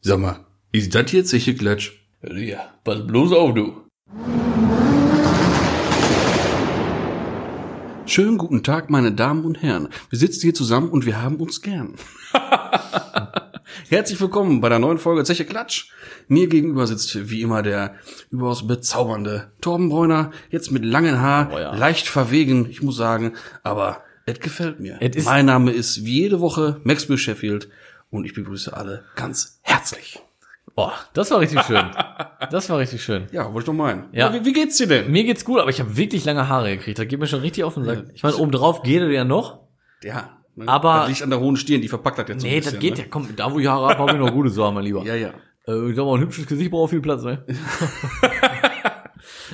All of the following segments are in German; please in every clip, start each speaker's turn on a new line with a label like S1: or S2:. S1: Sag mal, ist das jetzt sicher Klatsch?
S2: Ja, pass bloß auf, du.
S1: Schönen guten Tag, meine Damen und Herren. Wir sitzen hier zusammen und wir haben uns gern. Herzlich willkommen bei der neuen Folge Zeche Klatsch. Mir gegenüber sitzt wie immer der überaus bezaubernde Torben Bräuner, jetzt mit langem Haar,
S2: Oh ja.
S1: leicht verwegen, ich muss sagen, aber es gefällt mir.
S2: Et ist-
S1: mein Name ist wie jede Woche Maxwell Sheffield und ich begrüße alle ganz herzlich.
S2: Boah, das war richtig schön. Das war richtig schön.
S1: Ja, wollte ich doch meinen.
S2: Ja.
S1: Wie, wie geht's dir denn?
S2: Mir geht's gut, aber ich habe wirklich lange Haare gekriegt. Das geht mir schon richtig auf den Sack. Ich meine, obendrauf geht er ja noch.
S1: Ja, ne,
S2: Aber-
S1: das liegt an der hohen Stirn, die verpackt hat jetzt so
S2: Nee,
S1: ein bisschen,
S2: das geht
S1: ne?
S2: ja. Komm, da wo ich Haare habe, habe ich noch gute Sorgen, mein Lieber.
S1: Ja, ja.
S2: Äh, ich sag mal, ein hübsches Gesicht braucht viel Platz, ne?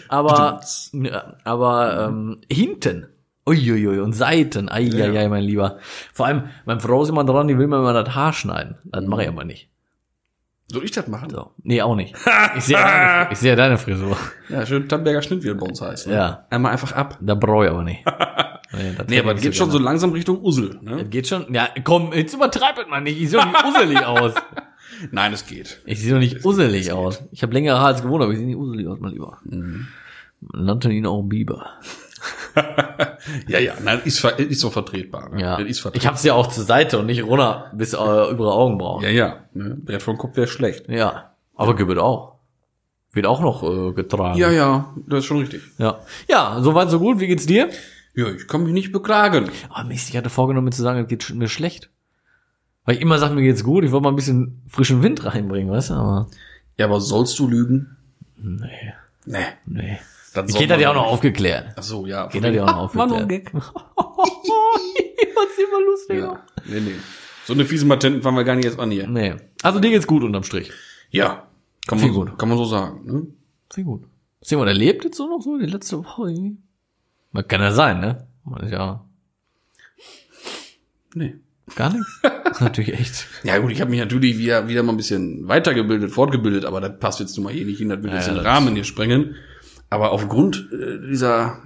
S2: aber, ja, aber ähm, hinten. Uiuiui, und Seiten. Eieiei,
S1: Ja, ja.
S2: mein Lieber. Vor allem, meine Frau ist immer dran, die will mir immer das Haar schneiden. Das mache ich aber nicht.
S1: Soll ich das machen?
S2: So. Nee, auch nicht. Ich sehe ja deine, ich sehe ja deine Frisur.
S1: Ja, schön Tannenberger Schnitt, wie er bei uns heißt. Ne?
S2: Ja.
S1: Einmal einfach ab. ne?
S2: Da brauche ich aber nicht. Nee, das
S1: Nee, aber das
S2: geht
S1: geht schon so
S2: gerne.
S1: langsam Richtung Usel.
S2: Das
S1: Ne?
S2: geht schon. Ja, komm, jetzt übertreibt man nicht. Ich sehe doch nicht usselig aus.
S1: Äh, Nein, es geht.
S2: Ich sehe doch nicht usselig aus. Ich habe längere Haare als gewohnt, aber ich sehe nicht usselig aus, mein Lieber. Man nannte ihn auch Biber.
S1: Ja, ja, nein, ist, ver- ist doch vertretbar. Ne?
S2: Ja.
S1: Das Ist
S2: Ich
S1: vertretbar.
S2: habe es ja auch zur Seite und nicht runter bis äh, über die Augenbrauen.
S1: ja, ja. Ne? Brett vom Kopf wäre schlecht.
S2: Ja. Aber Gibbet auch. Wird auch noch äh, getragen.
S1: Ja, ja, das ist schon richtig.
S2: Ja, ja soweit, so gut. Wie geht's dir?
S1: Ja, ich kann mich nicht beklagen.
S2: Aber Mist, ich hatte vorgenommen, mir zu sagen, es geht sch- mir schlecht. Weil ich immer sage, mir geht's gut. Ich wollte mal ein bisschen frischen Wind reinbringen, weißt du? Aber
S1: Ja, aber sollst du lügen?
S2: nee,
S1: Nee.
S2: nee.
S1: Dann
S2: Ich
S1: soll
S2: geht das
S1: man
S2: ja auch noch
S1: nicht.
S2: aufgeklärt.
S1: Ach so, ja.
S2: Geht das ja auch noch aufgeklärt.
S1: Gag.
S2: Was immer lustig.
S1: Ja. Nee, nee. So eine fiesen Patenten fangen wir gar nicht erst an hier.
S2: Nee. Also dir geht's gut unterm Strich.
S1: Ja. Kann
S2: Viel
S1: man,
S2: gut.
S1: kann man so sagen. Ne?
S2: Sehr gut. Ist jemand erlebt jetzt so noch so die letzte Woche irgendwie? Man kann ja sein, ne? Man ist ja
S1: Nee.
S2: gar nichts. Ist Natürlich echt.
S1: Ja gut, ich habe mich natürlich wieder, wieder mal ein bisschen weitergebildet, fortgebildet, aber das passt jetzt nun mal hier nicht hin, das wird
S2: Ja,
S1: jetzt den
S2: das-
S1: Rahmen hier sprengen. Aber aufgrund äh, dieser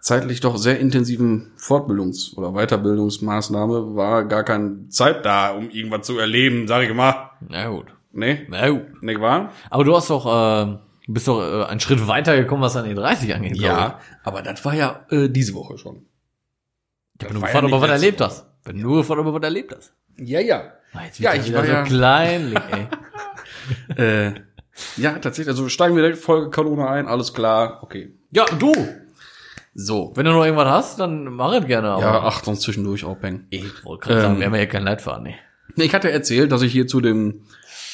S1: zeitlich doch sehr intensiven Fortbildungs- oder Weiterbildungsmaßnahme war gar keine Zeit da, um irgendwas zu erleben, sag ich mal.
S2: Na gut.
S1: Nee,
S2: Na gut.
S1: nicht wahr?
S2: Aber du hast doch, äh, bist doch äh, einen Schritt weiter gekommen, was an die 30 angeht. glaub
S1: Ja, aber das war ja äh, diese Woche schon.
S2: Ich Ich hab nur
S1: war
S2: gefragt,
S1: ja
S2: ob er
S1: nicht
S2: was
S1: letzte
S2: erlebt hast. Ich hab nur gefragt, ob er was erlebt hast.
S1: Ja, ja.
S2: Ah, Jetzt
S1: Ja,
S2: wird er
S1: ich
S2: wieder
S1: war
S2: so
S1: ja-
S2: kleinlich, ey.
S1: äh, ja, tatsächlich. Also steigen wir direkt Folge Corona ein, alles klar, okay.
S2: Ja, du,
S1: So.
S2: wenn du noch irgendwas hast, dann mach es gerne. aber-
S1: Ja, ach, sonst zwischendurch aufhängen.
S2: Ich wollte gerade sagen, wir haben ja hier keinen Leitfaden, ne? nee.
S1: Nee, Ich hatte erzählt, dass ich hier zu dem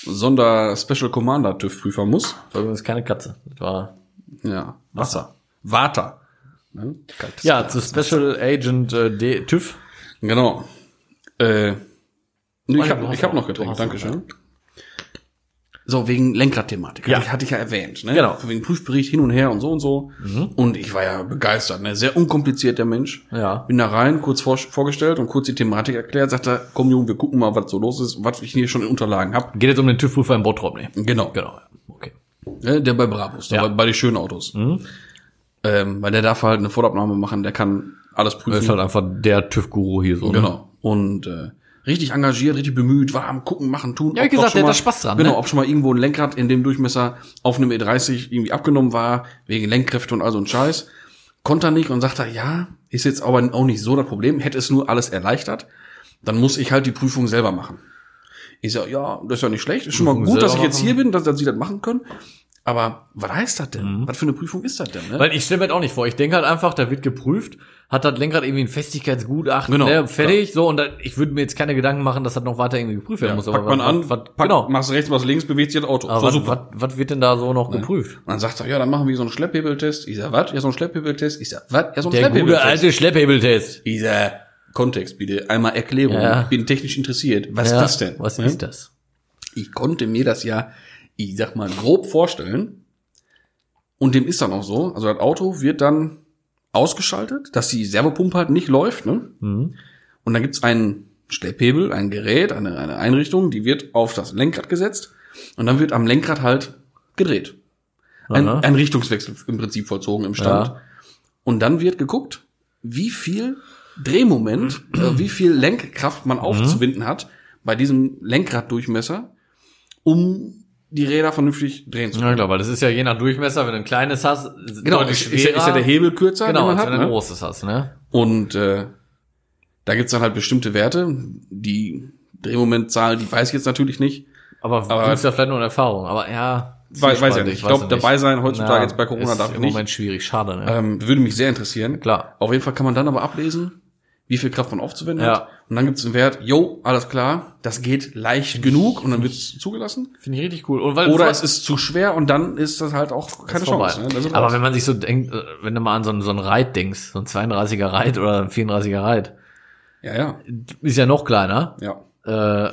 S1: Sonder-Special Commander TÜV prüfer muss.
S2: war übrigens keine Katze. Das war
S1: Ja. Wasser. Water. Ne? Kaltes
S2: ja,
S1: Wasser.
S2: zu Special Agent äh, D TÜV.
S1: Genau. Äh, nee, ich
S2: du
S1: habe
S2: hast
S1: ich hab
S2: auch-
S1: noch
S2: du
S1: getrunken,
S2: hast
S1: Dankeschön. So, wegen Lenkradthematik.
S2: Ja.
S1: Hatte ich- Hatte ich ja erwähnt. Ne?
S2: Genau.
S1: Wegen Prüfbericht hin und her und so und so. Und ich war ja begeistert. Ne? Sehr unkompliziert, der Mensch.
S2: Ja.
S1: Bin da rein, kurz vor, vorgestellt und kurz die Thematik erklärt. Sagt er, komm Junge, wir gucken mal, was so los ist, was ich hier schon in Unterlagen hab.
S2: Geht jetzt um den TÜV-Prüfer im Bottrop, ne?
S1: Genau.
S2: Genau, okay.
S1: Ne, der bei Brabus, der
S2: Ja.
S1: bei, bei den schönen Autos. Ähm, weil der darf halt eine Vorabnahme machen, der kann alles
S2: Das ist
S1: prüfen.
S2: halt einfach der TÜV-Guru hier so. ne?
S1: Genau. Und äh, richtig engagiert, richtig bemüht, warm, gucken, machen, tun.
S2: Ja,
S1: Ob-
S2: wie
S1: ob
S2: gesagt,
S1: schon
S2: der hat
S1: mal-
S2: da Spaß dran,
S1: Genau,
S2: ne?
S1: ob schon mal irgendwo ein Lenkrad in dem Durchmesser auf einem E30 irgendwie abgenommen war, wegen Lenkkräfte und all so ein Scheiß. Konnte er nicht und sagt er, ja, ist jetzt aber auch nicht so das Problem, hätte es nur alles erleichtert, dann muss ich halt die Prüfung selber machen. Ich sag, ja, das ist ja nicht schlecht, ist schon mal
S2: Prüfung
S1: gut, dass ich
S2: selber
S1: jetzt hier bin, dass, dass sie das machen können. Aber was heißt das denn?
S2: Mhm.
S1: Was für eine Prüfung ist das denn? Ne?
S2: Weil ich stelle mir das auch nicht vor. Ich denke halt einfach, da wird geprüft, hat das Lenkrad irgendwie ein Festigkeitsgutachten,
S1: Genau,
S2: ne, fertig, so, und da, ich würde mir jetzt keine Gedanken machen, dass das noch weiter irgendwie geprüft werden muss.
S1: packt man
S2: was,
S1: an,
S2: was,
S1: packt,
S2: genau.
S1: machst rechts, machst links, bewegt sich das Auto.
S2: Aber
S1: so
S2: was,
S1: super.
S2: was, was wird denn da so noch geprüft?
S1: Und dann sagt er, ja, dann machen wir so einen Schlepphebeltest. Ich sag, was? Ja, so einen Schlepphebeltest. Ich sag, was? Ja, so einen
S2: Der gute
S1: Schlepphebeltest.
S2: alte Schlepphebeltest.
S1: Ich sag, Kontext bitte, einmal Erklärung.
S2: Ja.
S1: Ich bin technisch interessiert. Was
S2: Ja,
S1: ist das denn?
S2: Was
S1: Ja?
S2: ist das?
S1: Ich konnte mir das ja, ich sag mal, grob vorstellen. Und dem ist dann auch so. Also das Auto wird dann ausgeschaltet, dass die Servopumpe halt nicht läuft. Ne?
S2: Mhm.
S1: Und dann gibt's einen Schlepphebel, ein Gerät, eine, eine Einrichtung, die wird auf das Lenkrad gesetzt. Und dann wird am Lenkrad halt gedreht. Ein,
S2: Aha.
S1: ein Richtungswechsel im Prinzip vollzogen im Stand.
S2: Ja.
S1: Und dann wird geguckt, wie viel Drehmoment, äh, wie viel Lenkkraft man aufzuwinden hat bei diesem Lenkraddurchmesser, um die Räder vernünftig drehen zu
S2: Ja,
S1: können.
S2: klar, weil das ist ja je nach Durchmesser, wenn du ein kleines hast, ist
S1: genau,
S2: deutlich
S1: ist, ist, ja,
S2: schwerer.
S1: ist ja der Hebel kürzer,
S2: genau,
S1: den
S2: als
S1: man hat.
S2: wenn du ein
S1: Ne?
S2: großes hast, ne?
S1: Und äh, da gibt's dann halt bestimmte Werte, die Drehmomentzahl, die weiß ich jetzt natürlich nicht.
S2: Aber,
S1: Aber-
S2: du bist ja vielleicht nur in Erfahrung, aber ja.
S1: Weiß, weiß ja nicht. Ich
S2: weiß
S1: glaube, dabei sein heutzutage
S2: Ja,
S1: jetzt bei Corona
S2: ist
S1: darf ich
S2: im
S1: nicht.
S2: Moment schwierig, schade, ne?
S1: Ähm, würde mich sehr interessieren.
S2: Klar.
S1: Auf jeden Fall kann man dann aber ablesen, wie viel Kraft man aufzuwenden
S2: Ja.
S1: hat. Und dann gibt's einen Wert, jo, alles klar, das geht leicht genug und dann wird's zugelassen.
S2: Finde ich richtig cool. Und weil
S1: Oder
S2: du-
S1: es ist zu schwer und dann ist das halt auch keine
S2: ist Also vorbei.
S1: Chance. Ne? Das ist
S2: Aber
S1: raus.
S2: wenn man sich so denkt, äh, wenn du mal an so einen, so einen Reit denkst, so einen 32er Reit oder einen 34er Reit,
S1: ja, ja,
S2: ist ja noch kleiner.
S1: ja.
S2: Äh,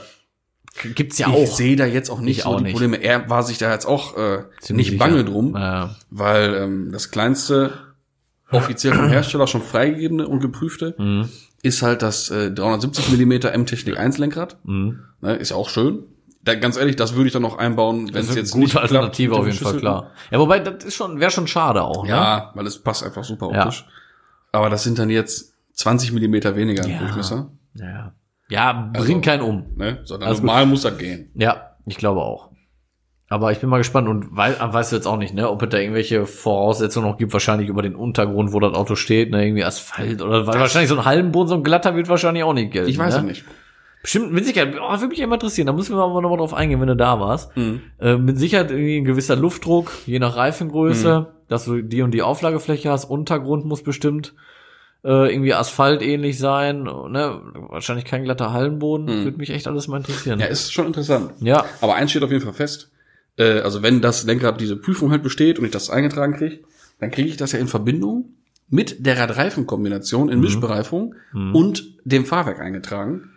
S2: g- gibt's ja
S1: Ich
S2: auch.
S1: sehe da jetzt auch nicht
S2: Ich
S1: so
S2: auch
S1: die
S2: nicht.
S1: Probleme. Er war sich da jetzt auch äh,
S2: Ziemlich
S1: nicht
S2: sicher.
S1: bange drum,
S2: Äh,
S1: weil ähm, das kleinste offiziell vom Hersteller schon freigegebene und geprüfte
S2: mh,
S1: ist halt das äh, 370 mm M-Technik 1 Lenkrad.
S2: mh.
S1: Ne, ist ja auch schön. Da, ganz ehrlich, das würde ich dann noch einbauen, wenn
S2: Das
S1: es
S2: ist eine
S1: jetzt
S2: gute Alternative
S1: klappt
S2: auf
S1: mit dem
S2: jeden Fall,
S1: Schüssel.
S2: klar. Ja, wobei, das ist schon, wäre schon schade auch, ne?
S1: Ja, weil es passt einfach super
S2: Ja.
S1: optisch. Aber das sind dann jetzt 20 Millimeter weniger im
S2: Ja.
S1: Durchmesser.
S2: Ja. Ja,
S1: Also-
S2: bringt keinen um.
S1: Ne? Sondern
S2: Alles
S1: normal muss das gehen.
S2: Ja, ich glaube auch. Aber ich bin mal gespannt und wei ah, weißt du jetzt auch nicht, ne, ob es da irgendwelche Voraussetzungen noch gibt, wahrscheinlich über den Untergrund, wo das Auto steht, ne, irgendwie Asphalt oder weil wahrscheinlich so ein Hallenboden, so ein glatter wird wahrscheinlich auch nicht gelten.
S1: Ich weiß es
S2: ne?
S1: nicht.
S2: Bestimmt, mit Sicherheit, oh, würde mich immer interessieren, da müssen wir aber nochmal drauf eingehen, wenn du da warst.
S1: Mhm.
S2: Äh, mit Sicherheit irgendwie ein gewisser Luftdruck, je nach Reifengröße,
S1: Mhm.
S2: dass du die und die Auflagefläche hast, Untergrund muss bestimmt äh, irgendwie Asphalt ähnlich sein, ne, wahrscheinlich kein glatter Hallenboden,
S1: Mhm.
S2: würde mich echt alles mal interessieren.
S1: Ja, ist schon interessant.
S2: ja.
S1: Aber eins steht auf jeden Fall fest. Äh, also wenn das Lenkrad diese Prüfung halt besteht und ich das eingetragen kriege, dann kriege ich das ja in Verbindung mit der Radreifenkombination
S2: Mhm.
S1: in Mischbereifung und dem Fahrwerk eingetragen.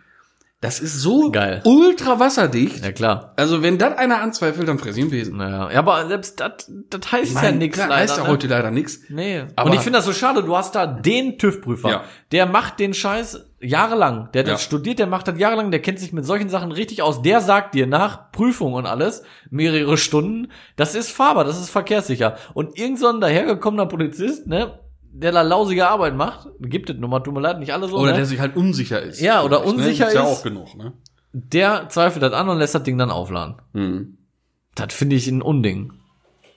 S1: Das ist so
S2: Geil.
S1: ultra wasserdicht.
S2: Ja, klar.
S1: Also wenn das einer anzweifelt, dann fress ich im Wesen.
S2: Naja. Ja, aber selbst das das heißt ja
S1: Mein
S2: nichts
S1: Gott,
S2: leider.
S1: heißt ja
S2: ne?
S1: heute leider nichts.
S2: Nee.
S1: Aber-
S2: und ich finde das so schade, du hast da den TÜV-Prüfer.
S1: Ja.
S2: Der macht den Scheiß jahrelang. Der hat das
S1: Ja.
S2: studiert, der macht das jahrelang, der kennt sich mit solchen Sachen richtig aus. Der sagt dir nach Prüfung und alles, mehrere Stunden, das ist fahrbar, das ist verkehrssicher. Und irgend so ein dahergekommener Polizist, ne, der da lausige Arbeit macht, gibt es nun mal, tut mir leid, nicht alle so.
S1: Oder
S2: ne?
S1: der sich halt unsicher ist.
S2: Ja, oder
S1: Vielleicht,
S2: unsicher
S1: Gibt's ja
S2: ist.
S1: auch genug, ne?
S2: der zweifelt das an und lässt das Ding dann aufladen.
S1: Hm.
S2: Das finde ich ein Unding.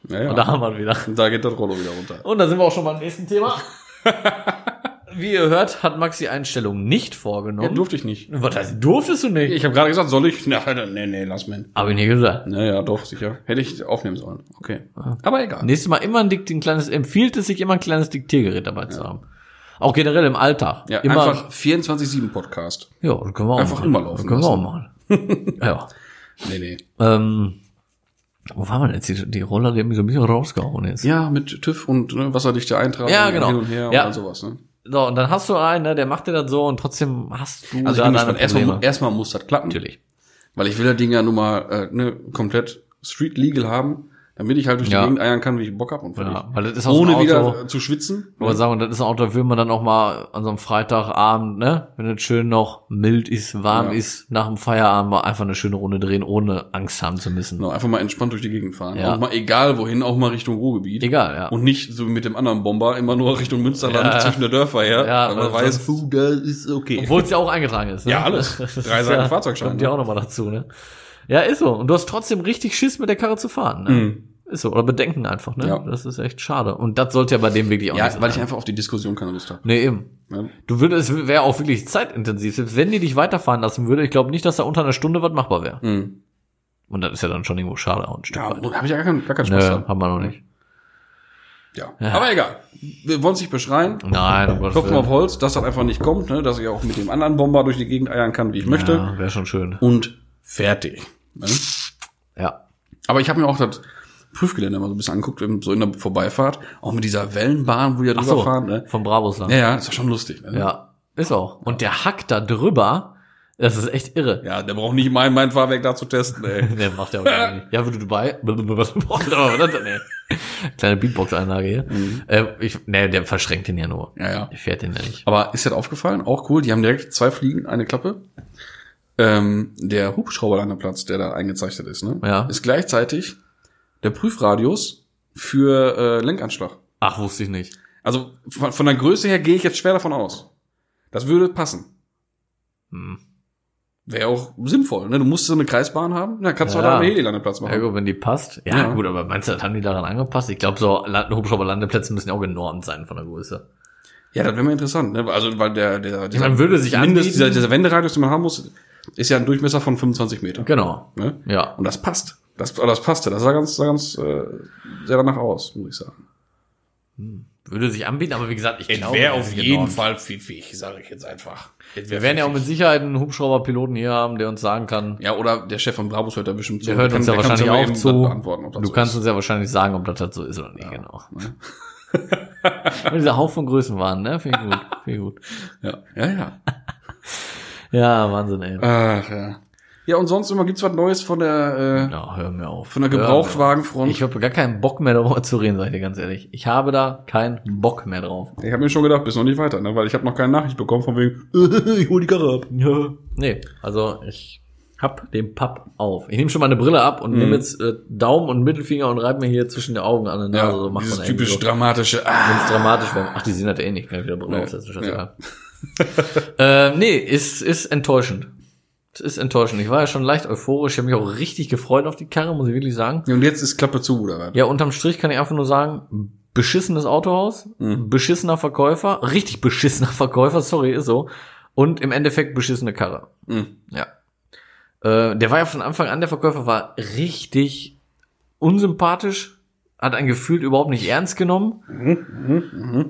S1: Ja,
S2: Und da
S1: ja.
S2: haben wir es wieder.
S1: Da geht das Rollo wieder runter.
S2: Und da sind wir auch schon beim nächsten Thema. Wie ihr hört, hat Maxi Einstellungen nicht
S1: Ja,
S2: vorgenommen.
S1: durfte ich nicht.
S2: Was heißt, durftest du nicht?
S1: Ich habe gerade gesagt, soll ich? Na, nee, nee, lass mal.
S2: Hab ich nie gesagt.
S1: Naja, doch, sicher. Hätte ich aufnehmen sollen. Okay.
S2: Ah.
S1: Aber egal.
S2: Nächstes Mal immer ein, Dikt, ein kleines, empfiehlt es sich immer ein kleines Diktiergerät dabei zu haben. Auch generell im Alltag.
S1: Ja,
S2: immer,
S1: einfach 24-7-Podcast.
S2: ja, das können wir auch
S1: einfach
S2: machen.
S1: immer laufen
S2: Das können wir auch
S1: lassen.
S2: machen. ja.
S1: Nee, nee.
S2: Ähm, wo waren wir jetzt? Die, die Roller, die haben mich so ein bisschen rausgehauen jetzt.
S1: Ja, mit TÜV und ne, wasserdichte Eintragung
S2: Ja,
S1: und
S2: genau.
S1: hin und her
S2: Ja.
S1: und all sowas. Ne?
S2: So, und dann hast du einen, ne, der macht dir das so und trotzdem hast du
S1: Also ich
S2: da
S1: bin
S2: deine
S1: gespannt. Erstmal, mu-
S2: Probleme.
S1: erstmal muss das klappen.
S2: Natürlich.
S1: Weil ich will das Ding ja nun mal äh, ne, komplett street legal haben, damit ich halt durch die
S2: Ja.
S1: Gegend eiern kann, wie ich Bock hab und fertig.
S2: Ja, weil das ist aus dem
S1: Ohne
S2: Auto-
S1: wieder äh, zu schwitzen.
S2: Ich wollte sagen, und das ist ein Auto, da will man dann auch mal an so einem Freitagabend, ne, wenn es schön noch mild ist, warm
S1: Ja.
S2: ist, nach dem Feierabend mal einfach eine schöne Runde drehen, ohne Angst haben zu müssen.
S1: Genau, einfach mal entspannt durch die Gegend fahren.
S2: Ja.
S1: Und mal egal wohin, auch mal Richtung Ruhrgebiet.
S2: Egal, ja.
S1: Und nicht so wie mit dem anderen Bomber immer nur Richtung Münsterland
S2: Ja.
S1: zwischen der Dörfer her.
S2: Ja, also
S1: weil man
S2: weil
S1: weiß,
S2: sonst-
S1: puh, da ist okay.
S2: Obwohl es ja auch eingetragen ist. Ne?
S1: Ja, alles.
S2: Das ist
S1: Drei Seiten
S2: ja,
S1: Fahrzeugschein,
S2: Kommt ja
S1: ne?
S2: auch nochmal dazu, ne? Ja, ist so. Und du hast trotzdem richtig Schiss, mit der Karre zu fahren. Ne?
S1: Mhm.
S2: Ist so. Oder Bedenken einfach, ne?
S1: Ja.
S2: Das ist echt schade. Und das sollte ja bei dem wirklich auch nicht
S1: ja,
S2: sein.
S1: weil ich einfach auf die Diskussion keine Lust habe.
S2: Nee, eben.
S1: Ne?
S2: Du würdest, es wäre auch wirklich zeitintensiv. Selbst wenn die dich weiterfahren lassen würde, ich glaube nicht, dass da unter einer Stunde was machbar wäre.
S1: Mhm.
S2: Und das ist ja dann schon irgendwo schade auch ein Stück
S1: Ja,
S2: weit.
S1: habe ich ja gar keinen, gar keinen Spaß
S2: Nö,
S1: dran.
S2: haben wir noch nicht.
S1: Ja.
S2: Ja.
S1: Aber egal. Wir wollen es nicht beschreien.
S2: Nein, um Gottes
S1: Klopfen
S2: Willen.
S1: auf Holz, dass das einfach nicht kommt, ne? dass ich auch mit dem anderen Bomber durch die Gegend eiern kann, wie ich möchte.
S2: Ja, Wäre schon schön.
S1: Und fertig. Ne?
S2: Ja.
S1: Aber ich habe mir auch das Prüfgelände mal so ein bisschen angeguckt, eben so in der Vorbeifahrt. Auch mit dieser Wellenbahn, wo wir drüber
S2: So,
S1: fahren. Ne?
S2: vom Brabusland.
S1: Ja, ja, ist doch schon lustig. Ne?
S2: Ja, ist auch. Und der Hack da drüber, das ist echt irre.
S1: Ja, der braucht nicht mein, mein Fahrwerk da zu testen, ey.
S2: Der macht ja auch gar nicht. Ja, wenn du dabei. Nee. Kleine Beatbox-Einlage hier.
S1: Mhm.
S2: Äh, ich, nee, der verschränkt den ja nur.
S1: Ja, ja.
S2: Der fährt den ja nicht.
S1: Aber ist dir das aufgefallen? Auch cool. Die haben direkt zwei Fliegen, eine Klappe. Ähm, der Hubschrauberlandeplatz, der da eingezeichnet ist, ne?
S2: Ja.
S1: Ist gleichzeitig der Prüfradius für äh, Lenkanschlag.
S2: Ach, wusste ich nicht.
S1: Also von, von der Größe her gehe ich jetzt schwer davon aus. Das würde passen.
S2: Hm.
S1: Wäre auch sinnvoll, ne? Du musst so eine Kreisbahn haben, na, kannst du
S2: Ja.
S1: halt auch einen Heli-Landeplatz
S2: Ja,
S1: machen.
S2: gut, wenn die passt. Ja,
S1: Ja.
S2: gut, aber meinst du, das haben die daran angepasst? Ich glaube, so Land- Hubschrauberlandeplätze müssen ja auch genormt sein von der Größe.
S1: Ja, das wäre mal interessant, ne? Also, weil der, der, dieser,
S2: man würde sich
S1: Mindest,
S2: anbieten-
S1: dieser, dieser Wenderadius, den man haben muss, ist ja ein Durchmesser von 25 Metern.
S2: Genau.
S1: Ne?
S2: Ja.
S1: Und das passt. Das, also das passte. Das sah ganz, sah ganz äh, sehr danach aus, muss ich sagen.
S2: Würde sich anbieten, aber wie gesagt, ich
S1: Es
S2: glaube,
S1: wäre
S2: das
S1: auf
S2: ist
S1: jeden
S2: genormt.
S1: Fall pfiffig, sage ich jetzt einfach. Es wär
S2: Wir werden ja auch
S1: pfiffig.
S2: mit Sicherheit einen Hubschrauberpiloten hier haben, der uns sagen kann,
S1: Ja, oder der Chef von Brabus hört da bestimmt zu.
S2: der hört
S1: kann-
S2: uns ja
S1: der kann's
S2: wahrscheinlich
S1: mal
S2: auch
S1: eben
S2: zu.
S1: Beantworten, ob das
S2: Du
S1: so
S2: kannst
S1: ist.
S2: uns ja wahrscheinlich sagen, ob das halt so ist oder nicht, genau. Wenn diese Hauch von Größen waren, ne? Finde ich gut. Finde ich gut.
S1: Ja, ja.
S2: Ja, Wahnsinn, ey.
S1: ja. Ach, ja. Ja, und sonst immer gibt's was Neues von der, äh,
S2: Ja, hör mir auf.
S1: von der
S2: Hör mir auf.
S1: Gebrauchtwagenfront.
S2: Ich habe gar keinen Bock mehr darüber zu reden, sag ich dir ganz ehrlich. Ich habe da keinen Bock mehr drauf.
S1: Ich habe mir schon gedacht, bist noch nicht weiter, ne? weil ich habe noch keine Nachricht bekommen von wegen, ich hol die Karre ab.
S2: Nee, also ich hab den Papp auf. Ich nehme schon meine Brille ab und
S1: Mhm.
S2: nehme jetzt äh, Daumen und Mittelfinger und reibe mir hier zwischen den Augen an der
S1: Ja,
S2: Nase. so macht
S1: äh, dieses
S2: man
S1: typisch
S2: eigentlich so.
S1: dramatische. Ah.
S2: Wenn es dramatisch wäre. Ach, die sehen halt eh nicht. Kann ich wieder Brille
S1: Nee.
S2: aufsetzen. scheißegal. ähm, nee, ist, ist enttäuschend. Es ist enttäuschend. Ich war ja schon leicht euphorisch. Ich habe mich auch richtig gefreut auf die Karre, muss ich wirklich sagen.
S1: Und jetzt ist Klappe zu, oder was?
S2: Ja, unterm Strich kann ich einfach nur sagen, beschissenes Autohaus,
S1: Mhm.
S2: beschissener Verkäufer, richtig beschissener Verkäufer, sorry, ist so. Und im Endeffekt beschissene Karre.
S1: Mhm.
S2: Ja. Äh, der war ja von Anfang an, der Verkäufer war richtig unsympathisch, hat ein Gefühl überhaupt nicht ernst genommen.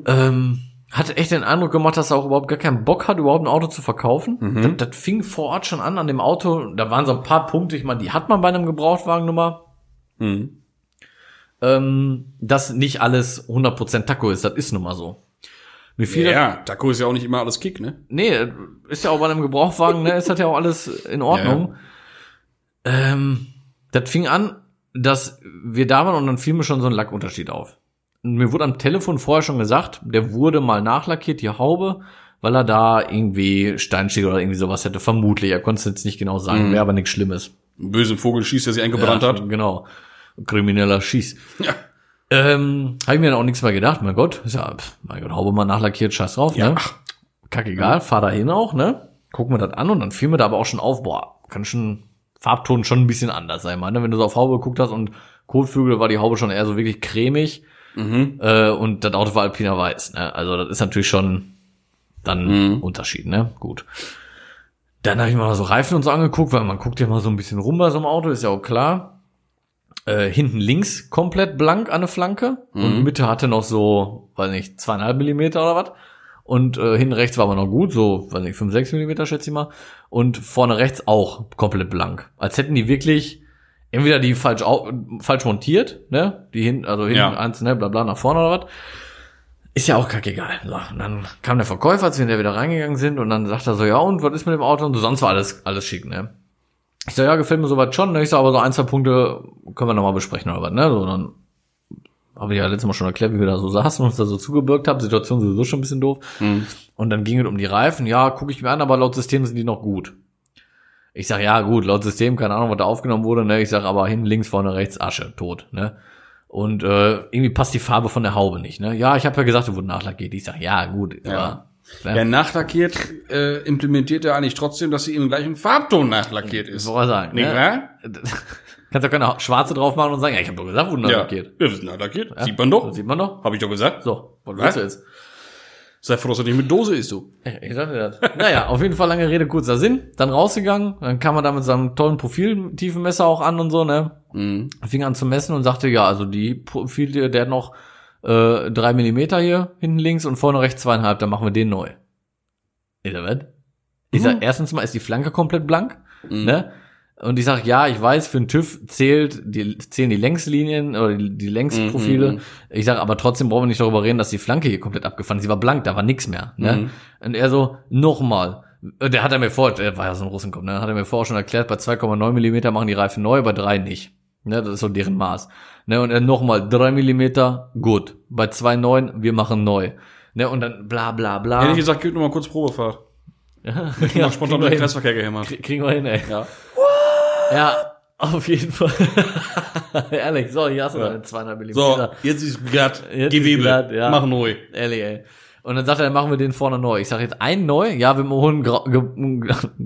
S2: Ähm, hat echt den Eindruck gemacht, dass er auch überhaupt gar keinen Bock hat, überhaupt ein Auto zu verkaufen. Das, das fing vor Ort schon an, an dem Auto. Da waren so ein paar Punkte, ich meine, die hat man bei einem Gebrauchtwagen nummer
S1: Mhm.
S2: ähm, dass nicht alles 100% Taco ist. Das ist nun mal so. Mir fiel
S1: Ja,
S2: das-
S1: ja, Taco ist ja auch nicht immer alles Kick, ne?
S2: Nee, ist ja auch bei einem Gebrauchwagen, ne, ist das ja auch alles in Ordnung. Ähm, das fing an, dass wir da waren und dann fiel mir schon so ein Lackunterschied auf. Und mir wurde am Telefon vorher schon gesagt, der wurde mal nachlackiert, die Haube, weil er da irgendwie Steinstieg oder irgendwie sowas hätte. Vermutlich, er konnte es jetzt nicht genau sagen, wäre aber nichts Schlimmes.
S1: Einen bösen Vogel schießt, der sich eingebrannt hat.
S2: Genau. Krimineller Schieß.
S1: Ja.
S2: Ähm, habe ich mir dann auch nichts mehr gedacht. Mein Gott, ist ja, pf, mein Gott, Haube mal nachlackiert, scheiß drauf, ne? Kackegal, fahr da hin auch, ne? Guck mir das an und dann fiel mir da aber auch schon auf, boah, kann schon Farbton schon ein bisschen anders sein, meine. Wenn du so auf Haube geguckt hast und Kotflügel war die Haube schon eher so wirklich cremig
S1: Mhm.
S2: äh, und das Auto war alpiner Weiß, ne? Also das ist natürlich schon dann ein Unterschied, ne? Gut. Dann habe ich mir mal so Reifen und so angeguckt, weil man guckt ja mal so ein bisschen rum bei so einem Auto, ist ja auch klar. Äh, hinten links komplett blank an der Flanke und Mitte hatte noch so, weiß nicht, zweieinhalb Millimeter oder was. Und äh, hinten rechts war aber noch gut, so, weiß nicht, fünf, sechs Millimeter schätze ich mal. Und vorne rechts auch komplett blank. Als hätten die wirklich entweder die falsch, au- falsch montiert, ne? Die hinten, also hinten
S1: Ja.
S2: eins, ne, bla bla, nach vorne oder was. Ist ja auch kackegal. So, und dann kam der Verkäufer, als wir hinterher wieder reingegangen sind, und dann sagt er so, ja, und was ist mit dem Auto? Und so, sonst war alles, alles schick, ne? Ich so, ja, gefällt mir soweit schon, ne? Ich so, aber so ein, zwei Punkte können wir nochmal besprechen oder was, ne? So, dann habe ich ja letztes Mal schon erklärt, wie wir da so saßen und uns da so zugebürgt haben. Situation sowieso schon ein bisschen doof. Und dann ging es um die Reifen. Ja, gucke ich mir an, aber laut System sind die noch gut. Ich sag, ja, gut, laut System, keine Ahnung, was da aufgenommen wurde, ne? Ich sag, aber hinten links, vorne rechts, Asche, tot, ne? Und äh, irgendwie passt die Farbe von der Haube nicht, ne? Ja, ich habe ja gesagt, die wurde nachlackiert. Ich sag, ja, gut,
S1: Ja.
S2: aber
S1: Wer nachlackiert, äh, implementiert ja eigentlich trotzdem, dass sie im gleichen Farbton nachlackiert ist.
S2: soll er sagen,
S1: Nicht
S2: ne?
S1: wahr?
S2: Kannst ja keine schwarze drauf machen und sagen, ja, ich habe doch gesagt, wurde nachlackiert.
S1: Ja, wir sind nachlackiert.
S2: Ja.
S1: Sieht man doch.
S2: Das sieht man doch.
S1: Habe ich doch gesagt.
S2: So, was
S1: Was?
S2: willst du jetzt?
S1: Sei froh, dass er nicht mit Dose ist, du.
S2: Ich- Ich sagte das. Naja, auf jeden Fall lange Rede, kurzer Sinn. Dann rausgegangen, dann kam er da mit seinem tollen Profil, tiefen Messer auch an und so, ne? Fing an zu messen und sagte, ja, also die Profil, der hat noch äh, drei Millimeter hier hinten links und vorne rechts zweieinhalb, dann machen wir den neu. Ich sag, was? Ich sag, erstens mal ist die Flanke komplett blank,
S1: Hm.
S2: ne? Und ich sag, ja, ich weiß, für den TÜV zählt, die, zählen die Längslinien oder die, die Längsprofile.
S1: Mhm.
S2: Ich sag, aber trotzdem brauchen wir nicht darüber reden, dass die Flanke hier komplett abgefahren ist. Sie war blank, da war nichts mehr. Ne?
S1: Mhm.
S2: Und er so, nochmal. Der hat er mir vor, der war ja so ein Russenkopf, ne? Hat er mir vorher schon erklärt, bei 2,9 Millimeter machen die Reifen neu, bei 3 nicht. Ne? Das ist so deren Maß. Ne? Und er nochmal, 3 Millimeter, gut. Bei 2,9, wir machen neu. Ne? Und dann bla bla bla.
S1: Ehrlich gesagt, gib nur mal kurz Probefahrt.
S2: Ah. ja,
S1: Ja, spontan
S2: kriegen wir
S1: mit dem
S2: hin.
S1: Kreisverkehr gehämmert.
S2: Krie- Kriegen wir hin, ey.
S1: Ja.
S2: Ja, auf jeden Fall. Ehrlich, so, hier hast du deine 2,5 Millimeter.
S1: jetzt ist glatt.
S2: Jetzt ist glatt, ja.
S1: neu.
S2: Ehrlich, ey. Und dann sagt er, dann machen wir den vorne neu. Ich sage jetzt einen neu? Ja, wir holen einen grau- ge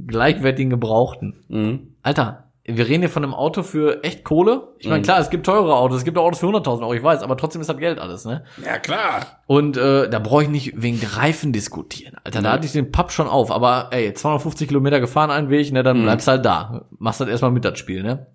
S2: gleichwertigen Gebrauchten. Hm.
S1: Mhm.
S2: Alter, wir reden hier von einem Auto für echt Kohle. Ich meine, klar, es gibt teure Autos, es gibt auch Autos für 100.000 Euro, ich weiß, aber trotzdem ist das Geld alles, ne?
S1: Ja, klar.
S2: Und äh, da brauche ich nicht wegen der Reifen diskutieren. Alter, da
S1: Mhm.
S2: hatte ich den Papp schon auf. Aber ey, 250 Kilometer gefahren einen Weg, ne,
S1: Mhm.
S2: dann bleibst halt da. Machst halt erstmal mit das Spiel, ne?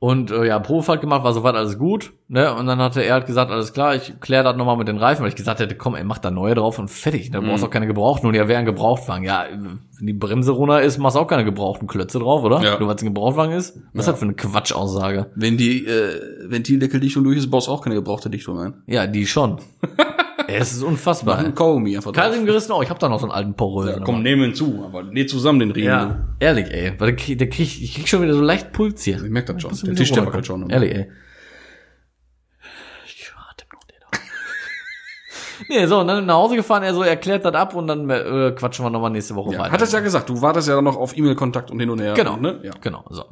S2: Und äh, ja, Probefahrt gemacht, war soweit alles gut, ne? Und dann hatte er halt gesagt, alles klar, ich kläre das nochmal mit den Reifen, weil ich gesagt hätte, komm, ey, mach da neue drauf und fertig. Da
S1: Mhm.
S2: brauchst du auch keine gebrauchten. Und ja, wer ein Gebrauchtwagen? Ja, wenn die Bremse runter ist, machst du auch keine gebrauchten Klötze drauf, oder?
S1: Ja.
S2: Nur weil es ein Gebrauchtwagen ist? Was
S1: Ja.
S2: ist das für eine Quatschaussage?
S1: Wenn die äh, Ventildeckeldichtung durch ist, baust du auch keine gebrauchte Dichtung ein.
S2: Ja, die schon. Ey, Es ist unfassbar. ey.
S1: Ein Kaugummi einfach drauf.
S2: Keilriemen gerissen, oh, ich hab da noch so einen alten Porösen.
S1: Komm, nehmen hinzu, aber nee, zusammen den Riemen.
S2: ja. Ehrlich, ey. Weil der krieg, der krieg, ich krieg schon wieder so leicht Puls hier.
S1: Ich merk das schon.
S2: Bisschen
S1: Der Tisch, der
S2: runter-
S1: wackelt schon.
S2: Ehrlich, ey. Ich atem noch den auf. Nee, so, und dann nach Hause gefahren, er so erklärt das ab und dann äh, quatschen wir nochmal nächste Woche
S1: Ja.
S2: weiter.
S1: Hat es ja gesagt, du wartest ja dann noch auf E-Mail-Kontakt und hin und her.
S2: Genau.
S1: Ne? Ja.
S2: Genau, so.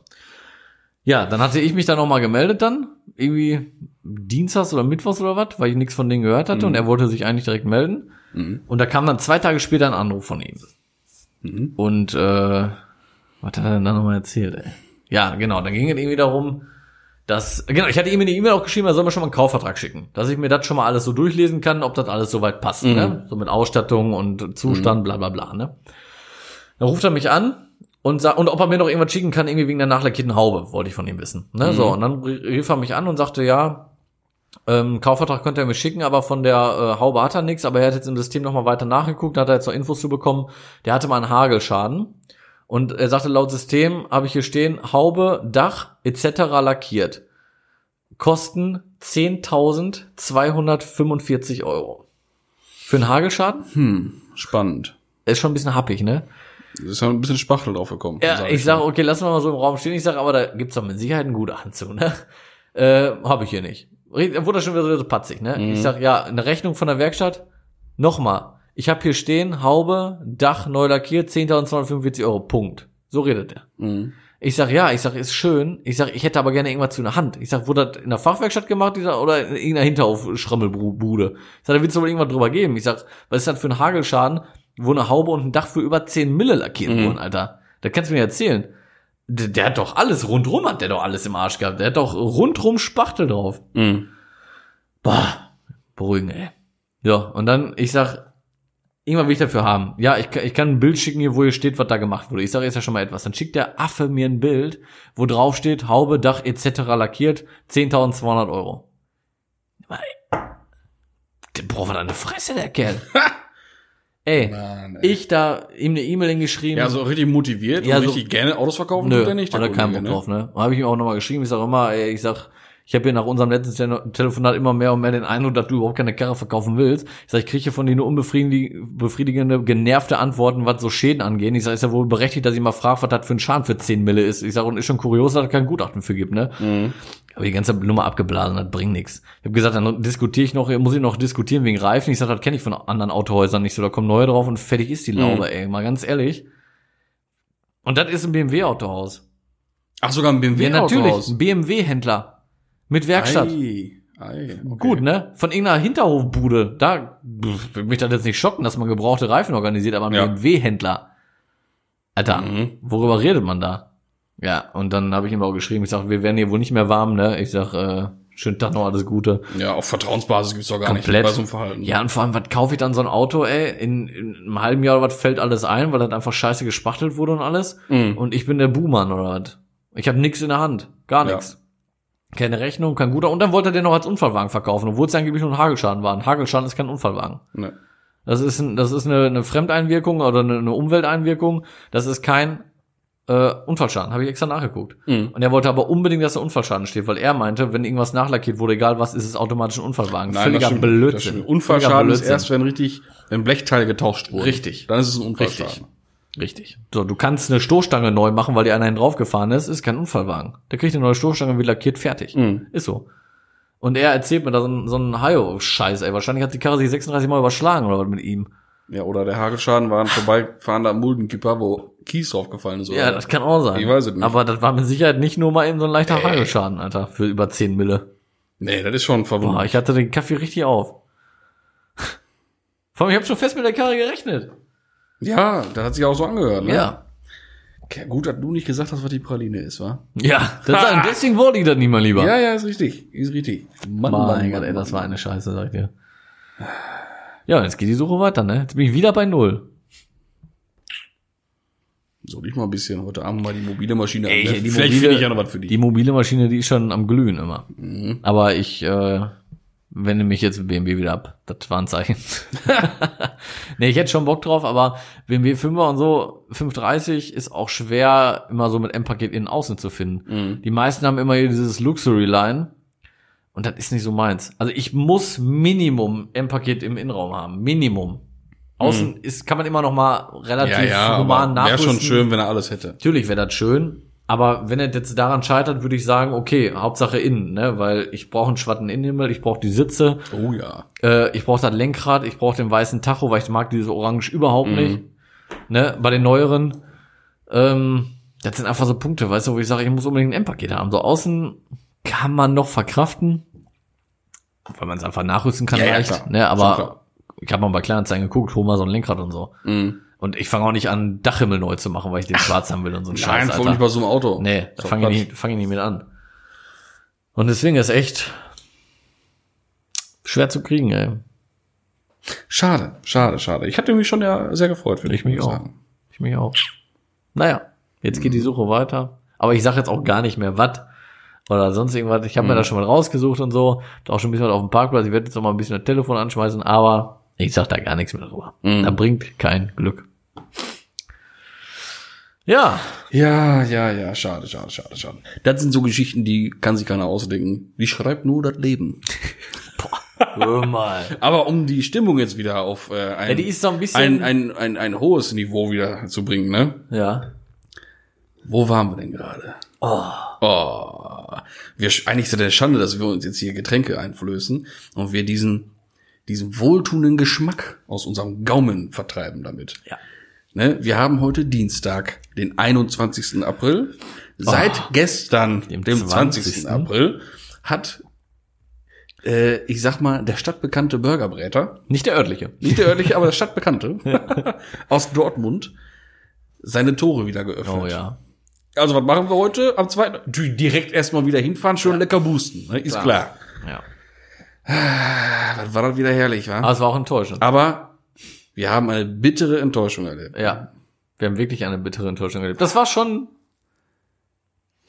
S2: Ja, dann hatte ich mich dann nochmal gemeldet dann, irgendwie Dienstags oder Mittwochs oder was, weil ich nichts von denen gehört
S1: Mhm.
S2: hatte und er wollte sich eigentlich direkt melden. Und da kam dann zwei Tage später ein Anruf von ihm. Und äh, was hat er denn da nochmal erzählt, ey? Ja, genau, dann ging es irgendwie darum, dass, genau, ich hatte ihm eine E-Mail auch geschrieben, er soll mir schon mal einen Kaufvertrag schicken, dass ich mir das schon mal alles so durchlesen kann, ob das alles soweit passt, ne? So mit Ausstattung und Zustand, bla bla bla, ne? Dann ruft er mich an und sagt, und ob er mir noch irgendwas schicken kann, irgendwie wegen der nachlackierten Haube, wollte ich von ihm wissen. Ne? So, und dann rief er mich an und sagte, ja, ähm, Kaufvertrag könnte er mir schicken, aber von der äh, Haube hat er nichts, aber er hat jetzt im System nochmal weiter nachgeguckt, da hat er jetzt noch Infos zu bekommen, der hatte mal einen Hagelschaden. Und er sagte, laut System habe ich hier stehen, Haube, Dach etc. lackiert. Kosten 10.245 Euro. Für einen Hagelschaden?
S1: Hm, spannend.
S2: Ist schon ein bisschen happig, ne?
S1: Ist ja ein bisschen Spachtel draufgekommen.
S2: Ja,
S1: sag
S2: ich sage, okay, lassen wir mal so im Raum stehen. Ich sage, aber da gibt's doch mit Sicherheit einen Gutachten zu, ne? Äh, habe ich hier nicht. Red- Wurde schon wieder so patzig, ne? Ich sage, ja, eine Rechnung von der Werkstatt. Nochmal. Ich habe hier stehen, Haube, Dach, neu lackiert, 10.245 Euro, Punkt. So redet er.
S1: Mhm.
S2: Ich sag, ja, ich sag, ist schön. Ich sag, ich hätte aber gerne irgendwas zu einer Hand. Ich sag, wurde das in der Fachwerkstatt gemacht dieser, oder in irgendeiner Hinterhof-Schrammelbude? Ich sag, da willst du wohl irgendwas drüber geben. Ich sag, was ist das für ein Hagelschaden, wo eine Haube und ein Dach für über 10 Mille lackiert
S1: Mhm.
S2: wurden, Alter? Da kannst du mir erzählen. Der, der hat doch alles, rundrum hat der doch alles im Arsch gehabt. Der hat doch rundrum Spachtel drauf.
S1: Mhm.
S2: Boah, beruhigen, ey. Ja, und dann, ich sag, irgendwann will ich dafür haben. Ja, ich, kann- ich kann ein Bild schicken hier, wo hier steht, was da gemacht wurde. Ich sage jetzt ja schon mal etwas. Dann schickt der Affe mir ein Bild, wo drauf steht, Haube, Dach etc. lackiert, 10.200 Euro. Der braucht man eine Fresse, der Kerl. ey,
S1: Mann, ey.
S2: ich da ihm eine E-Mail hingeschrieben.
S1: Ja, so richtig motiviert
S2: Ja,
S1: und
S2: so-
S1: richtig gerne Autos verkaufen
S2: Nö,
S1: tut er nicht.
S2: hat er
S1: der
S2: keinen
S1: Kollege,
S2: Bock drauf, ne? Habe ich ihm auch nochmal geschrieben, ich sag immer, ey, ich sag, ich habe hier nach unserem letzten Tele- Telefonat immer mehr und mehr den Eindruck, dass du überhaupt keine Karre verkaufen willst. Ich sag, ich kriege hier von dir nur unbefriedigende, genervte Antworten, was so Schäden angeht. Ich sag, ist ja wohl berechtigt, dass ich mal frage, was das für ein Schaden für 10 Mille ist. Ich sag, und ist schon kurios, dass es kein Gutachten für gibt, ne?
S1: Mhm.
S2: Aber die ganze Nummer abgeblasen, das bringt nichts. Ich habe gesagt, dann diskutiere ich noch, muss ich noch diskutieren wegen Reifen. Ich sage, das kenne ich von anderen Autohäusern nicht so, da kommen neue drauf und fertig ist die Laube,
S1: Mhm.
S2: ey, mal ganz ehrlich. Und das ist ein BMW-Autohaus.
S1: Ach, sogar ein BMW
S2: Ja, natürlich, ein BMW-Händler mit Werkstatt.
S1: Ei, ei, okay.
S2: Gut, ne? Von irgendeiner Hinterhofbude. Da pff, würde mich das jetzt nicht schocken, dass man gebrauchte Reifen organisiert, aber ein
S1: Ja.
S2: BMW-Händler. Alter,
S1: Mhm.
S2: worüber redet man da? Ja, und dann habe ich ihm auch geschrieben, ich sag, wir werden hier wohl nicht mehr warm, ne? Ich sag, äh, schönen Tag noch, alles Gute.
S1: Ja, auf Vertrauensbasis gibt's doch gar
S2: Komplett.
S1: nicht bei so einem Verhalten.
S2: Ja, und vor allem, was kaufe ich dann so ein Auto, ey? In, in einem halben Jahr oder was fällt alles ein, weil das einfach scheiße gespachtelt wurde und alles.
S1: Mhm.
S2: Und ich bin der Buhmann oder was? Ich habe nix in der Hand. Gar
S1: Ja.
S2: nix. Keine Rechnung, kein guter. Und dann wollte er den noch als Unfallwagen verkaufen, obwohl es angeblich nur ein Hagelschaden war. Ein Hagelschaden ist kein Unfallwagen.
S1: Ne.
S2: Das ist, ein, das ist eine, eine Fremdeinwirkung oder eine, eine Umwelteinwirkung. Das ist kein äh, Unfallschaden. Habe ich extra nachgeguckt.
S1: Mhm.
S2: Und er wollte aber unbedingt, dass der Unfallschaden steht, weil er meinte, wenn irgendwas nachlackiert wurde, egal was, ist es automatisch ein Unfallwagen.
S1: Nein, das stimmt, das stimmt. Unfallschaden
S2: Völliger
S1: ist erst, wenn richtig, wenn Blechteile getauscht wurden.
S2: Richtig.
S1: Dann ist es ein Unfallschaden.
S2: Richtig. So, du kannst eine Stoßstange neu machen, weil dir einer hin draufgefahren ist, ist kein Unfallwagen. Der kriegt eine neue Stoßstange, wird lackiert, fertig.
S1: Mhm.
S2: Ist so. Und er erzählt mir da so einen, so einen Hayo-Scheiß, ey. Wahrscheinlich hat die Karre sich 36 Mal überschlagen oder was mit ihm.
S1: Ja, oder der Hagelschaden war ein vorbeifahrender Muldenkipper, wo Kies draufgefallen ist.
S2: Ja,
S1: Oder?
S2: das kann auch sein.
S1: Ich weiß es nicht.
S2: Aber das war mit Sicherheit nicht nur mal eben so ein leichter Hayo-Schaden, Alter. Für über 10 Mille.
S1: nee, das ist schon
S2: Boah,
S1: verwunderlich.
S2: ich hatte den Kaffee richtig auf. Vor allem, ich habe schon fest mit der Karre gerechnet.
S1: Ja, das hat sich auch so angehört, ne?
S2: Ja.
S1: Okay, gut, dass du nicht gesagt hast, was die Praline ist, wa?
S2: Ja, das, deswegen wollte ich das nicht mal lieber.
S1: Ja, ja, ist richtig. Ist richtig. Mann,
S2: Mann, mein Gott, ey, das war eine Scheiße, sag ich dir. Ja, jetzt geht die Suche weiter, ne? Jetzt bin ich wieder bei Null.
S1: Soll ich mal ein bisschen heute Abend mal die mobile Maschine
S2: Ey,
S1: anwerfen?
S2: die
S1: Vielleicht
S2: mobile-
S1: finde ich ja noch was für dich.
S2: Die mobile Maschine, die ist schon am Glühen immer.
S1: Mhm.
S2: Aber ich äh, wende mich jetzt mit BMW wieder ab. Das war ein Zeichen. nee, ich hätte schon Bock drauf, aber BMW 5er und so, 530 ist auch schwer, immer so mit M-Paket innen außen zu finden.
S1: Mhm.
S2: Die meisten haben immer hier dieses Luxury-Line. Und das ist nicht so meins. Also ich muss Minimum M-Paket im Innenraum haben. Minimum. Außen ist, kann man immer noch mal relativ
S1: Hm. Ja, ja,
S2: human
S1: aber wäre
S2: nachrüsten.
S1: schon schön, wenn er alles hätte.
S2: Natürlich wäre das schön, aber wenn es jetzt daran scheitert, würde ich sagen, okay, Hauptsache innen, ne? Weil ich brauche einen schwatten Innenhimmel, ich brauche die Sitze,
S1: Oh ja.
S2: äh, ich brauche das Lenkrad, ich brauche den weißen Tacho, weil ich mag dieses Orange überhaupt
S1: Mhm.
S2: nicht. Ne? Bei den neueren, ähm, das sind einfach so Punkte, weißt du, wo ich sage, ich muss unbedingt ein M-Paket haben. So außen kann man noch verkraften, weil man es einfach nachrüsten kann
S1: Ja, ja,
S2: leicht.
S1: klar.
S2: ne?
S1: Schon
S2: Aber
S1: klar.
S2: ich habe mal bei Kleinanzeigen geguckt, hol mal so ein Lenkrad und so.
S1: Mhm.
S2: Und ich fange auch nicht an, Dachhimmel neu zu machen, weil ich den schwarz haben will und so ein
S1: Nein,
S2: Scheiß.
S1: vor allem nicht
S2: Alter.
S1: bei so einem Auto.
S2: Nee,
S1: Oh, Ist
S2: da
S1: doch
S2: fange ich,
S1: Quatsch.
S2: nicht- fang ich nicht mit an. Und deswegen ist echt schwer zu kriegen, ey.
S1: Schade, schade, schade. Ich hatte mich schon ja sehr gefreut für dich.
S2: Ich mich
S1: muss
S2: auch. Ich mich auch. Naja, jetzt geht die Suche weiter. Aber ich sage jetzt auch gar nicht mehr was oder sonst irgendwas. Ich habe
S1: Mhm.
S2: mir da schon mal rausgesucht und so. Hab Auch schon ein bisschen was auf dem Parkplatz. Ich werde jetzt noch mal ein bisschen das Telefon anschmeißen, aber ich sag da gar nichts mehr drüber.
S1: Mhm.
S2: Da bringt kein Glück. Ja,
S1: Ja, ja, ja, schade, schade, schade, schade. Das sind so Geschichten, die kann sich keiner ausdenken. Die schreibt nur das Leben.
S2: hör mal.
S1: Aber um die Stimmung jetzt wieder auf äh, ein,
S2: Ja, die ist so ein
S1: ein,
S2: bisschen.
S1: ein, ein, ein hohes Niveau wieder zu bringen, ne?
S2: ja.
S1: Wo waren wir denn gerade? Oh. oh. Wir, eigentlich ist es der Schande, dass wir uns jetzt hier Getränke einflößen und wir diesen, diesen wohltuenden Geschmack aus unserem Gaumen vertreiben damit.
S2: Ja.
S1: Ne? Wir haben heute Dienstag, den 21. April. Seit gestern,
S2: Oh, Dem
S1: dem, 20.
S2: 20.
S1: April, hat, äh, ich sag mal, der stadtbekannte Burgerbräter,
S2: Nicht der örtliche.
S1: nicht der örtliche, aber der stadtbekannte, aus Dortmund, seine Tore wieder geöffnet.
S2: Oh ja.
S1: Also was machen wir heute? Am zweiten di- direkt erstmal wieder hinfahren, schön lecker boosten, ne? ist klar.
S2: ja.
S1: Ah, was war das wieder herrlich, wa?
S2: Aber es war auch enttäuschend.
S1: Aber wir haben eine bittere Enttäuschung erlebt.
S2: Ja. Wir haben wirklich eine bittere Enttäuschung erlebt. Das war schon.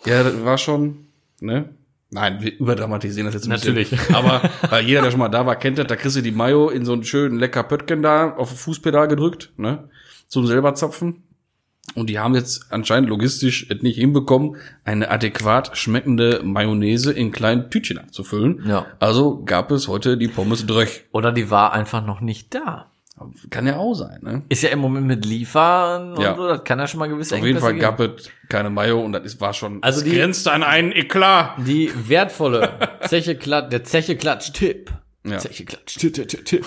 S1: Ja, das war schon, ne? Nein, wir überdramatisieren das jetzt ein
S2: Natürlich.
S1: Bisschen. Aber weil jeder, der schon mal da war, kennt das, da kriegst du die Mayo in so einen schönen lecker Pöttgen da auf das Fußpedal gedrückt, ne? Zum selber zapfen. Und die haben jetzt anscheinend logistisch es nicht hinbekommen, eine adäquat schmeckende Mayonnaise in kleinen Tütchen abzufüllen.
S2: Ja.
S1: Also gab es heute die Pommes Dröch.
S2: Oder die war einfach noch nicht da.
S1: Kann ja auch sein, ne?
S2: Ist ja im Moment mit Liefern und
S1: Ja.
S2: so, das kann ja schon mal gewisse
S1: Auf jeden Fall
S2: geben.
S1: gab es keine Mayo und das ist- war schon,
S2: Also
S1: es
S2: die-
S1: grenzte an einen Eklat.
S2: Die wertvolle Zeche Klatsch, der Zeche Klatsch-Tipp.
S1: Ja.
S2: Zeche Klatsch-Tipp.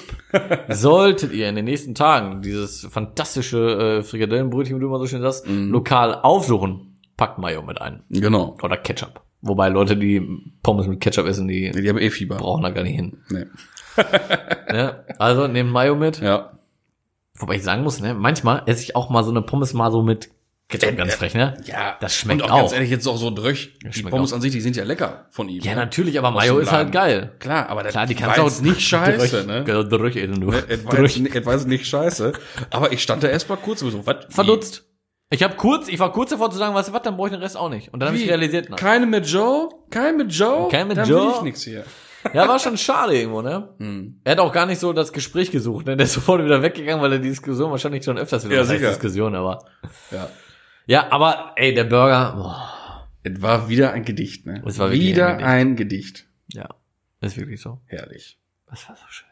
S2: Solltet ihr in den nächsten Tagen dieses fantastische äh, Frikadellenbrötchen, wie du immer so schön sagst,
S1: Mhm.
S2: lokal aufsuchen, packt Mayo mit ein.
S1: Genau.
S2: Oder Ketchup. Wobei Leute, die Pommes mit Ketchup essen, die
S1: Die haben eh Fieber.
S2: brauchen da gar nicht hin.
S1: Nee.
S2: Ne? Also nehmt Mayo mit.
S1: Ja.
S2: Wobei ich sagen muss, ne, manchmal esse ich auch mal so eine Pommes mal so mit
S1: Äh,
S2: Ketchup ganz frech, ne?
S1: Ja,
S2: Das schmeckt
S1: und auch,
S2: auch.
S1: ganz ehrlich, jetzt auch so dröch. Die
S2: schmeckt
S1: Pommes an sich, die sind ja lecker von ihm.
S2: Ja,
S1: ne?
S2: natürlich, aber
S1: dem
S2: Mayo ist
S1: Laden.
S2: halt geil.
S1: Klar, aber das
S2: Klar, die
S1: war
S2: kannst du
S1: jetzt
S2: auch
S1: nicht scheiße,
S2: durch,
S1: ne?
S2: genau, Durch, eben nur.
S1: Es war, jetzt,
S2: Durch.
S1: ni- es war jetzt nicht scheiße. Aber ich stand da erst mal kurz und so, was?
S2: Verdutzt. Ich habe kurz, ich war kurz davor zu sagen, weißt du was, dann brauche ich den Rest auch nicht. Und dann habe ich realisiert, ne? na,
S1: Keine mit Joe? Keine mit Joe?
S2: Keine mit
S1: Dann
S2: Joe?
S1: will ich nichts hier. Hm,
S2: ja, war schon schade irgendwo, ne? Er hat auch gar nicht so das Gespräch gesucht, ne? Der ist sofort wieder weggegangen, weil er die Diskussion wahrscheinlich schon öfters wieder
S1: Ja,
S2: was heißt
S1: sicher.
S2: Diskussion, aber.
S1: Ja.
S2: Ja, aber ey, der Burger, boah,
S1: Es war wieder ein Gedicht, ne?
S2: Es war wirklich
S1: wieder
S2: ein
S1: ein Gedicht.
S2: ja, ist wirklich so.
S1: Herrlich.
S2: Das war so schön.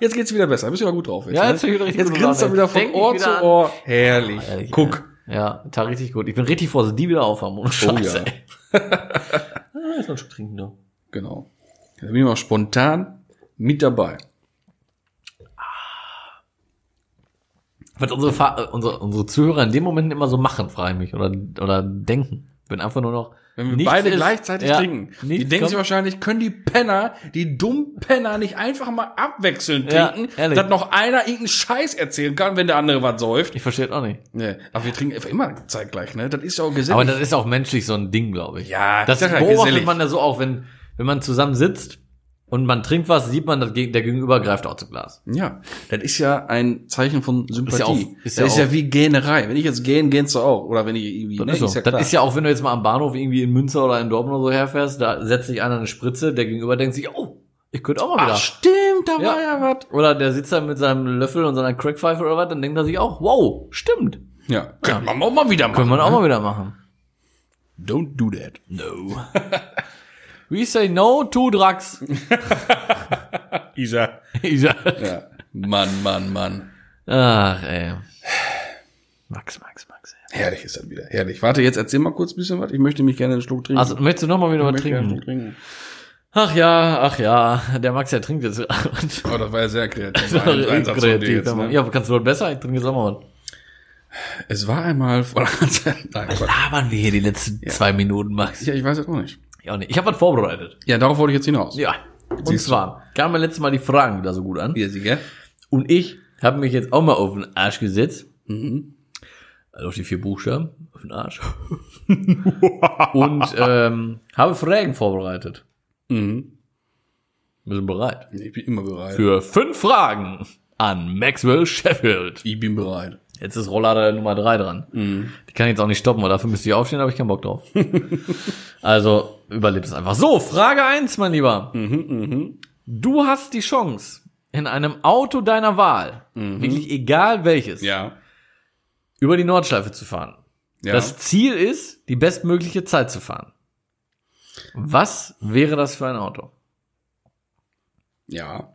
S1: Jetzt geht's wieder besser. Bist du wieder gut drauf.
S2: Ja,
S1: ne?
S2: jetzt bin ich wieder richtig
S1: Jetzt
S2: gut
S1: grinst
S2: drauf,
S1: er wieder
S2: jetzt
S1: von
S2: denk ich
S1: Ohr
S2: wieder
S1: zu
S2: an-
S1: Ohr. Herrlich.
S2: Ehrlich,
S1: Guck. Oh
S2: ey. Ja, tat richtig gut. Ich bin richtig froh, dass die wieder aufhaben. Ohne Scheiße.
S1: ja.
S2: ey. ah, jetzt noch schon trinken, ne?
S1: Genau. Da bin ich mal spontan mit dabei.
S2: Was unsere, Fa äh, unsere, unsere Zuhörer in dem Moment immer so machen, frage ich mich. Oder, oder denken. Wenn einfach nur noch.
S1: Wenn wir
S2: nichts
S1: beide
S2: ist-
S1: gleichzeitig
S2: ja,
S1: trinken. Die
S2: nichts
S1: denken
S2: kommt-
S1: sich wahrscheinlich, können die Penner, die dummen Penner nicht einfach mal abwechselnd
S2: Ja,
S1: trinken,
S2: ehrlich.
S1: dass noch einer irgendeinen Scheiß erzählen kann, wenn der andere was säuft.
S2: Ich verstehe das auch nicht.
S1: Nee, aber wir trinken immer zeitgleich, ne? Das ist ja auch gesetzlich.
S2: Aber das ist auch menschlich so ein Ding, glaube ich.
S1: Ja,
S2: das
S1: ich sag ja,
S2: beobachtet
S1: gesellig.
S2: man ja so auch, wenn, wenn man zusammen sitzt und man trinkt was, sieht man, dass geg- der Gegenüber greift auch zu Glas.
S1: Ja, das ist ja ein Zeichen von Sympathie.
S2: ja auch-
S1: das
S2: ist
S1: ja
S2: ja
S1: ist
S2: auch-
S1: ja wie Gähnerei. Wenn ich jetzt gähn, gähnst du auch. Oder wenn ich irgendwie,
S2: Das,
S1: ne,
S2: ist, so.
S1: klar.
S2: das ist ja auch, wenn du jetzt mal am Bahnhof irgendwie in Münster oder in Dortmund oder so herfährst, da setzt sich einer eine Spritze, der Gegenüber denkt sich, oh, ich könnte auch mal wieder.
S1: Ach, stimmt, da
S2: Ja.
S1: war ja was.
S2: Oder der sitzt da mit seinem Löffel und seiner Crackpfeife oder was, dann denkt er sich auch, wow, stimmt.
S1: Ja, können wir auch mal wieder machen.
S2: Können wir auch mal wieder machen.
S1: Don't do that.
S2: No. We say no to drugs.
S1: Isa. Ja. Mann, Mann, Mann.
S2: Ach, ey. Max, Max, Max. Ey.
S1: Herrlich ist das wieder. Herrlich. Warte, jetzt erzähl mal kurz ein bisschen was. Ich möchte mich gerne einen Schluck trinken.
S2: Also, möchtest du noch mal wieder
S1: ich
S2: was
S1: möchte gerne einen
S2: trinken?
S1: Schluck trinken.
S2: Ach ja, ach ja. Der Max, der trinkt jetzt. Und-
S1: Oh, das war ja sehr kreativ. Ein- ein Satz von dir
S2: Kreativ.
S1: jetzt, ne?
S2: Ja, aber kannst du wohl besser? Ich trinke jetzt auch mal was.
S1: Es war einmal vor Nein, Quatsch.
S2: Labern wir hier die letzten zwei Minuten, Max.
S1: ja, ich weiß es auch nicht.
S2: Ja, nicht. Ich habe was vorbereitet.
S1: Ja, darauf wollte ich jetzt hinaus.
S2: Ja. Und
S1: Siehst du.
S2: zwar kamen mir letztes Mal die Fragen wieder so gut an.
S1: Ja, sie, gell?
S2: Und ich habe mich jetzt auch mal auf den Arsch gesetzt.
S1: Mhm.
S2: Also auf die vier Buchstaben, auf den Arsch. und ähm, habe Fragen vorbereitet.
S1: Mhm.
S2: Wir sind bereit.
S1: Ich bin immer bereit.
S2: Für fünf Fragen an Maxwell Sheffield.
S1: ich bin bereit.
S2: Jetzt ist Rolllader Nummer drei dran.
S1: Mhm.
S2: Die kann ich jetzt auch nicht stoppen, weil dafür müsste ich aufstehen, da habe ich keinen Bock drauf. also überlebt es einfach. So, Frage eins, mein Lieber.
S1: Mhm,
S2: Du hast die Chance, in einem Auto deiner Wahl, wirklich egal welches,
S1: Mhm. Ja.
S2: über die Nordschleife zu fahren.
S1: ja.
S2: Das Ziel ist, die bestmögliche Zeit zu fahren. Was wäre das für ein Auto?
S1: ja.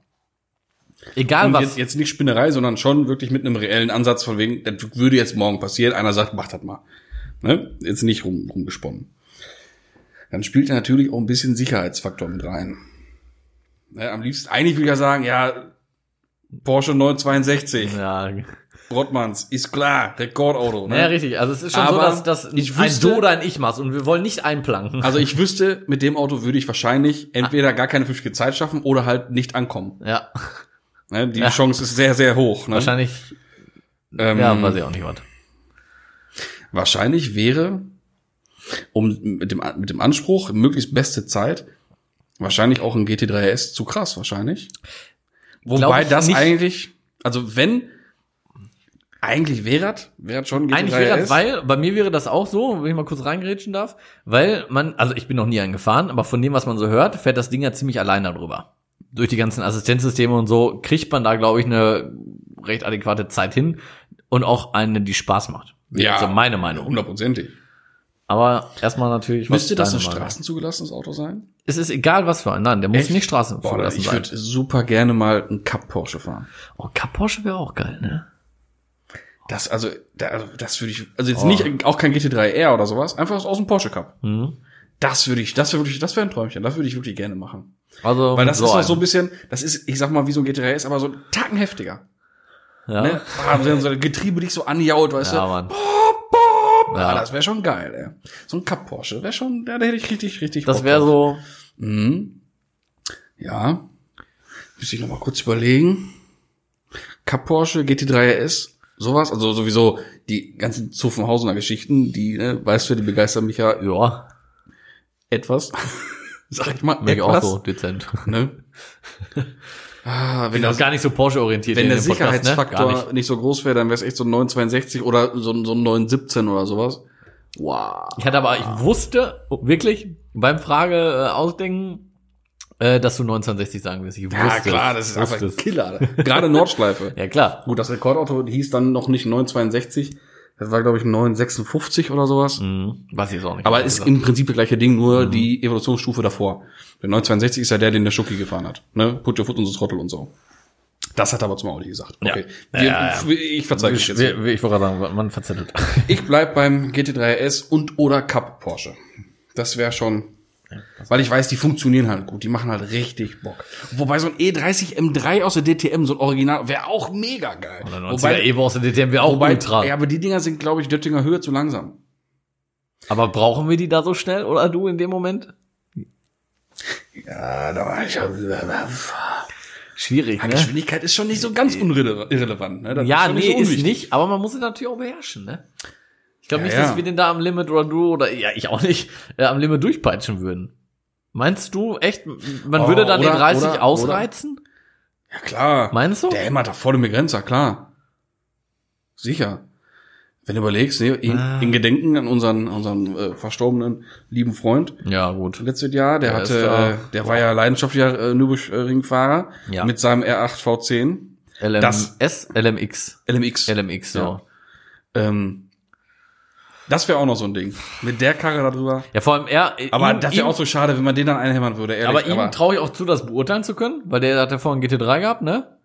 S2: Egal
S1: Und
S2: was.
S1: jetzt, jetzt nicht Spinnerei, sondern schon wirklich mit einem reellen Ansatz von wegen, das würde jetzt morgen passieren. Einer sagt, mach das mal. Ne? Jetzt nicht rum, rumgesponnen. Dann spielt ja natürlich auch ein bisschen Sicherheitsfaktor mit rein. Ne? Am liebsten, eigentlich würde ich ja sagen, ja, Porsche 962,
S2: ja,
S1: Rottmanns, ist klar, Rekordauto. Ne?
S2: naja, richtig. Also es ist schon
S1: Aber
S2: so, dass, dass
S1: ich
S2: ein
S1: wüsste-
S2: Du oder ein Ich machst und wir wollen nicht einplanken.
S1: Also ich wüsste, mit dem Auto würde ich wahrscheinlich entweder gar keine flüssige Zeit schaffen oder halt nicht ankommen.
S2: ja,
S1: Ne? Die Chance ist sehr, sehr hoch. Ne?
S2: wahrscheinlich.
S1: Ähm,
S2: Ja, weiß ich auch nicht was.
S1: Wahrscheinlich wäre, um mit dem, mit dem Anspruch, möglichst beste Zeit, wahrscheinlich auch ein GT3S zu krass, wahrscheinlich. Wobei
S2: ich
S1: das
S2: nicht.
S1: eigentlich, also wenn, eigentlich wäre das, wäre das schon ein GT3S.
S2: Eigentlich wäre das, weil, bei mir wäre das auch so, wenn ich mal kurz reingrätschen darf, weil man, also ich bin noch nie angefahren, aber von dem, was man so hört, fährt das Ding ja ziemlich alleine drüber. Durch die ganzen Assistenzsysteme und so kriegt man da, glaube ich, eine recht adäquate Zeit hin und auch eine, die Spaß macht.
S1: Ja.
S2: Also meine Meinung.
S1: hundertprozentig.
S2: Aber erstmal natürlich. was
S1: Müsste das ein
S2: deine Meinung?
S1: straßenzugelassenes Auto sein?
S2: Es ist egal, was für ein. Nein, der muss
S1: Echt?
S2: nicht Straßen
S1: Boah,
S2: zugelassen
S1: ich
S2: sein.
S1: würde super gerne mal einen Cup Porsche fahren.
S2: Oh, Cup Porsche wäre auch geil, ne?
S1: Das, also, da, also, das würde ich, also jetzt
S2: Oh.
S1: nicht, auch kein GT3R oder sowas, einfach aus dem Porsche Cup.
S2: Mhm.
S1: Das würde ich, das wäre wirklich, das wäre ein Träumchen, das würde ich wirklich gerne machen.
S2: Also,
S1: Weil das ist auch so ein
S2: einem.
S1: bisschen, das ist, ich sag mal, wie so ein GTRS, aber so ein Tacken heftiger.
S2: Ja,
S1: Ne? Ah, wenn so ein Getriebe dich so anjaut, weißt
S2: ja
S1: du.
S2: Mann.
S1: Ja,
S2: Ja.
S1: Ah, das wäre schon geil, ey. So ein Cup Porsche, wäre schon, da hätte ich richtig, richtig
S2: Das
S1: Bock
S2: wäre
S1: drauf.
S2: so.
S1: Mhm. Ja. Müsste ich nochmal kurz überlegen. Cup Porsche, GT3RS, sowas, also sowieso die ganzen Zuffenhausener Geschichten, die, ne, weißt du, die begeistern mich ja
S2: Ja,
S1: etwas. Sag ich mal,
S2: bin ich auch
S1: etwas,
S2: so dezent.
S1: Ne? Ah, wenn
S2: Genau Das
S1: das
S2: ist gar nicht so Porsche-orientiert.
S1: Wenn
S2: hier
S1: der
S2: in dem Podcast, ne?
S1: Sicherheitsfaktor
S2: Gar nicht.
S1: nicht. so groß wäre, dann wäre es echt so ein 962 oder so, ein- so ein 917 oder sowas. Wow.
S2: Ich hatte aber, ich
S1: Ah.
S2: wusste wirklich beim Frage äh, ausdenken, äh, dass du 1960 sagen wirst. Ich
S1: Ja,
S2: wusste
S1: klar,
S2: es.
S1: das ist
S2: Wusste
S1: einfach ein
S2: es.
S1: Killer. Alter. Gerade Nordschleife.
S2: Ja, klar.
S1: Gut, das Rekordauto hieß dann noch nicht 962. Das war, glaube ich, 956 oder sowas.
S2: Mhm. Weiß ich jetzt auch nicht.
S1: Aber
S2: ehrlich
S1: ist
S2: gesagt.
S1: im Prinzip das gleiche Ding, nur die Evolutionsstufe davor. Der 962 ist ja der, den der Schucki gefahren hat. Ne? Put your foot und so Trottel und so. Das hat aber zum Audi gesagt.
S2: Ja.
S1: Okay.
S2: Ja,
S1: Wir,
S2: ja,
S1: Ich verzeih dich jetzt.
S2: Wir- wir- ich wollte gerade sagen, man verzettelt.
S1: Ich bleib beim GT3S und oder Cup Porsche. Das wäre schon. Weil ich weiß, die funktionieren halt gut. Die machen halt richtig Bock. Wobei so ein E E30 M3 aus der DTM, so ein Original, wäre auch mega geil.
S2: Oder E 90er
S1: Wobei,
S2: Evo aus der DTM wäre auch
S1: wobei
S2: ultra.
S1: ja, aber die Dinger sind, glaube ich, Döttinger Höhe zu langsam.
S2: Aber brauchen wir die da so schnell oder du in dem Moment?
S1: Ja, da- ich hab-
S2: Schwierig,
S1: Ja,
S2: ne?
S1: Geschwindigkeit ist schon nicht so ganz unrele- irrelevant. Ne? Das
S2: Ja,
S1: schon
S2: nee,
S1: so
S2: ist
S1: unwichtig.
S2: nicht, aber man muss es natürlich auch beherrschen, ne? Ich glaube
S1: Ja,
S2: nicht,
S1: ja.
S2: dass wir den da am Limit oder du oder ja, ich auch nicht, äh, am Limit durchpeitschen würden. Meinst du echt, man
S1: Oh,
S2: würde dann
S1: oder-
S2: den 30
S1: oder-
S2: ausreizen?
S1: Ja, klar.
S2: Meinst du?
S1: Der hämmert da voll im Grenzer, klar. Sicher. Wenn du überlegst, ne, in,
S2: Ah.
S1: in Gedenken an unseren, unseren äh, verstorbenen lieben Freund
S2: Ja, gut.
S1: letztes Jahr, der,
S2: Der ist
S1: hatte,
S2: da.
S1: äh, der war ja leidenschaftlicher äh, Nürburgring-Fahrer
S2: Ja.
S1: mit seinem R8 V10
S2: LMS,
S1: Das-
S2: LMX.
S1: LMX.
S2: LMX, so.
S1: Ja. ähm, das wäre auch noch so ein Ding. Mit der Karre da drüber.
S2: Ja, vor allem er. äh,
S1: Aber
S2: ihm,
S1: das wäre
S2: ihm-
S1: auch so schade, wenn man den dann einhämmern würde, ehrlich.
S2: Aber ihm traue ich auch zu, das beurteilen zu können, weil der hat ja vorhin GT3 gehabt, ne?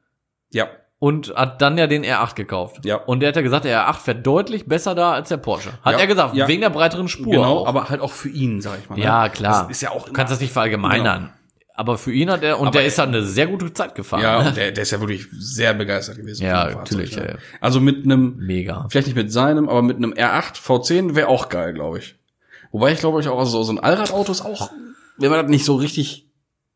S1: ja,
S2: Und hat dann ja den R8 gekauft.
S1: Ja.
S2: Und der hat ja gesagt, der R8 fährt deutlich besser da als der Porsche. Hat
S1: Ja,
S2: er gesagt,
S1: ja.
S2: wegen der breiteren Spur.
S1: genau,
S2: auch.
S1: aber halt auch für ihn, sag ich mal. ne?
S2: Ja, klar.
S1: Das ist ja auch
S2: du kannst das nicht verallgemeinern. Genau. Aber für ihn hat er, und
S1: Aber
S2: der ist dann eine sehr gute Zeit gefahren.
S1: Ja,
S2: ne?
S1: und der, der ist ja wirklich sehr begeistert gewesen.
S2: Ja,
S1: von dem Fahrzeug,
S2: natürlich,
S1: ne?
S2: ey.
S1: Also mit einem,
S2: Mega.
S1: vielleicht nicht mit seinem, aber mit einem R8 V10 wäre auch geil, glaube ich. Wobei ich glaube ich auch, also so ein Allradauto ist auch, wenn man das nicht so richtig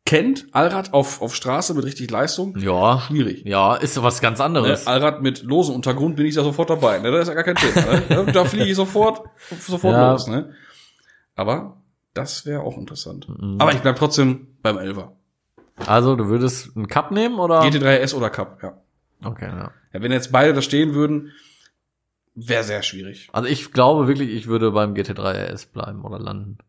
S1: kennt, Allrad auf, auf Straße mit richtig Leistung,
S2: Ja.
S1: schwierig.
S2: Ja, ist was ganz
S1: Ne?
S2: anderes.
S1: Allrad mit losem Untergrund bin ich da sofort dabei. Ne? Da ist ja gar kein Thema. Ne? Da fliege ich sofort, sofort
S2: Ja.
S1: los. Ne? Aber das wäre auch interessant.
S2: Mhm.
S1: Aber ich bleib trotzdem beim Elver.
S2: Also, du würdest einen Cup nehmen oder?
S1: GT3 S oder Cup, ja.
S2: Okay, ja.
S1: Ja, wenn jetzt beide da stehen würden, wäre sehr schwierig.
S2: Also ich glaube wirklich, ich würde beim GT3 RS bleiben oder landen.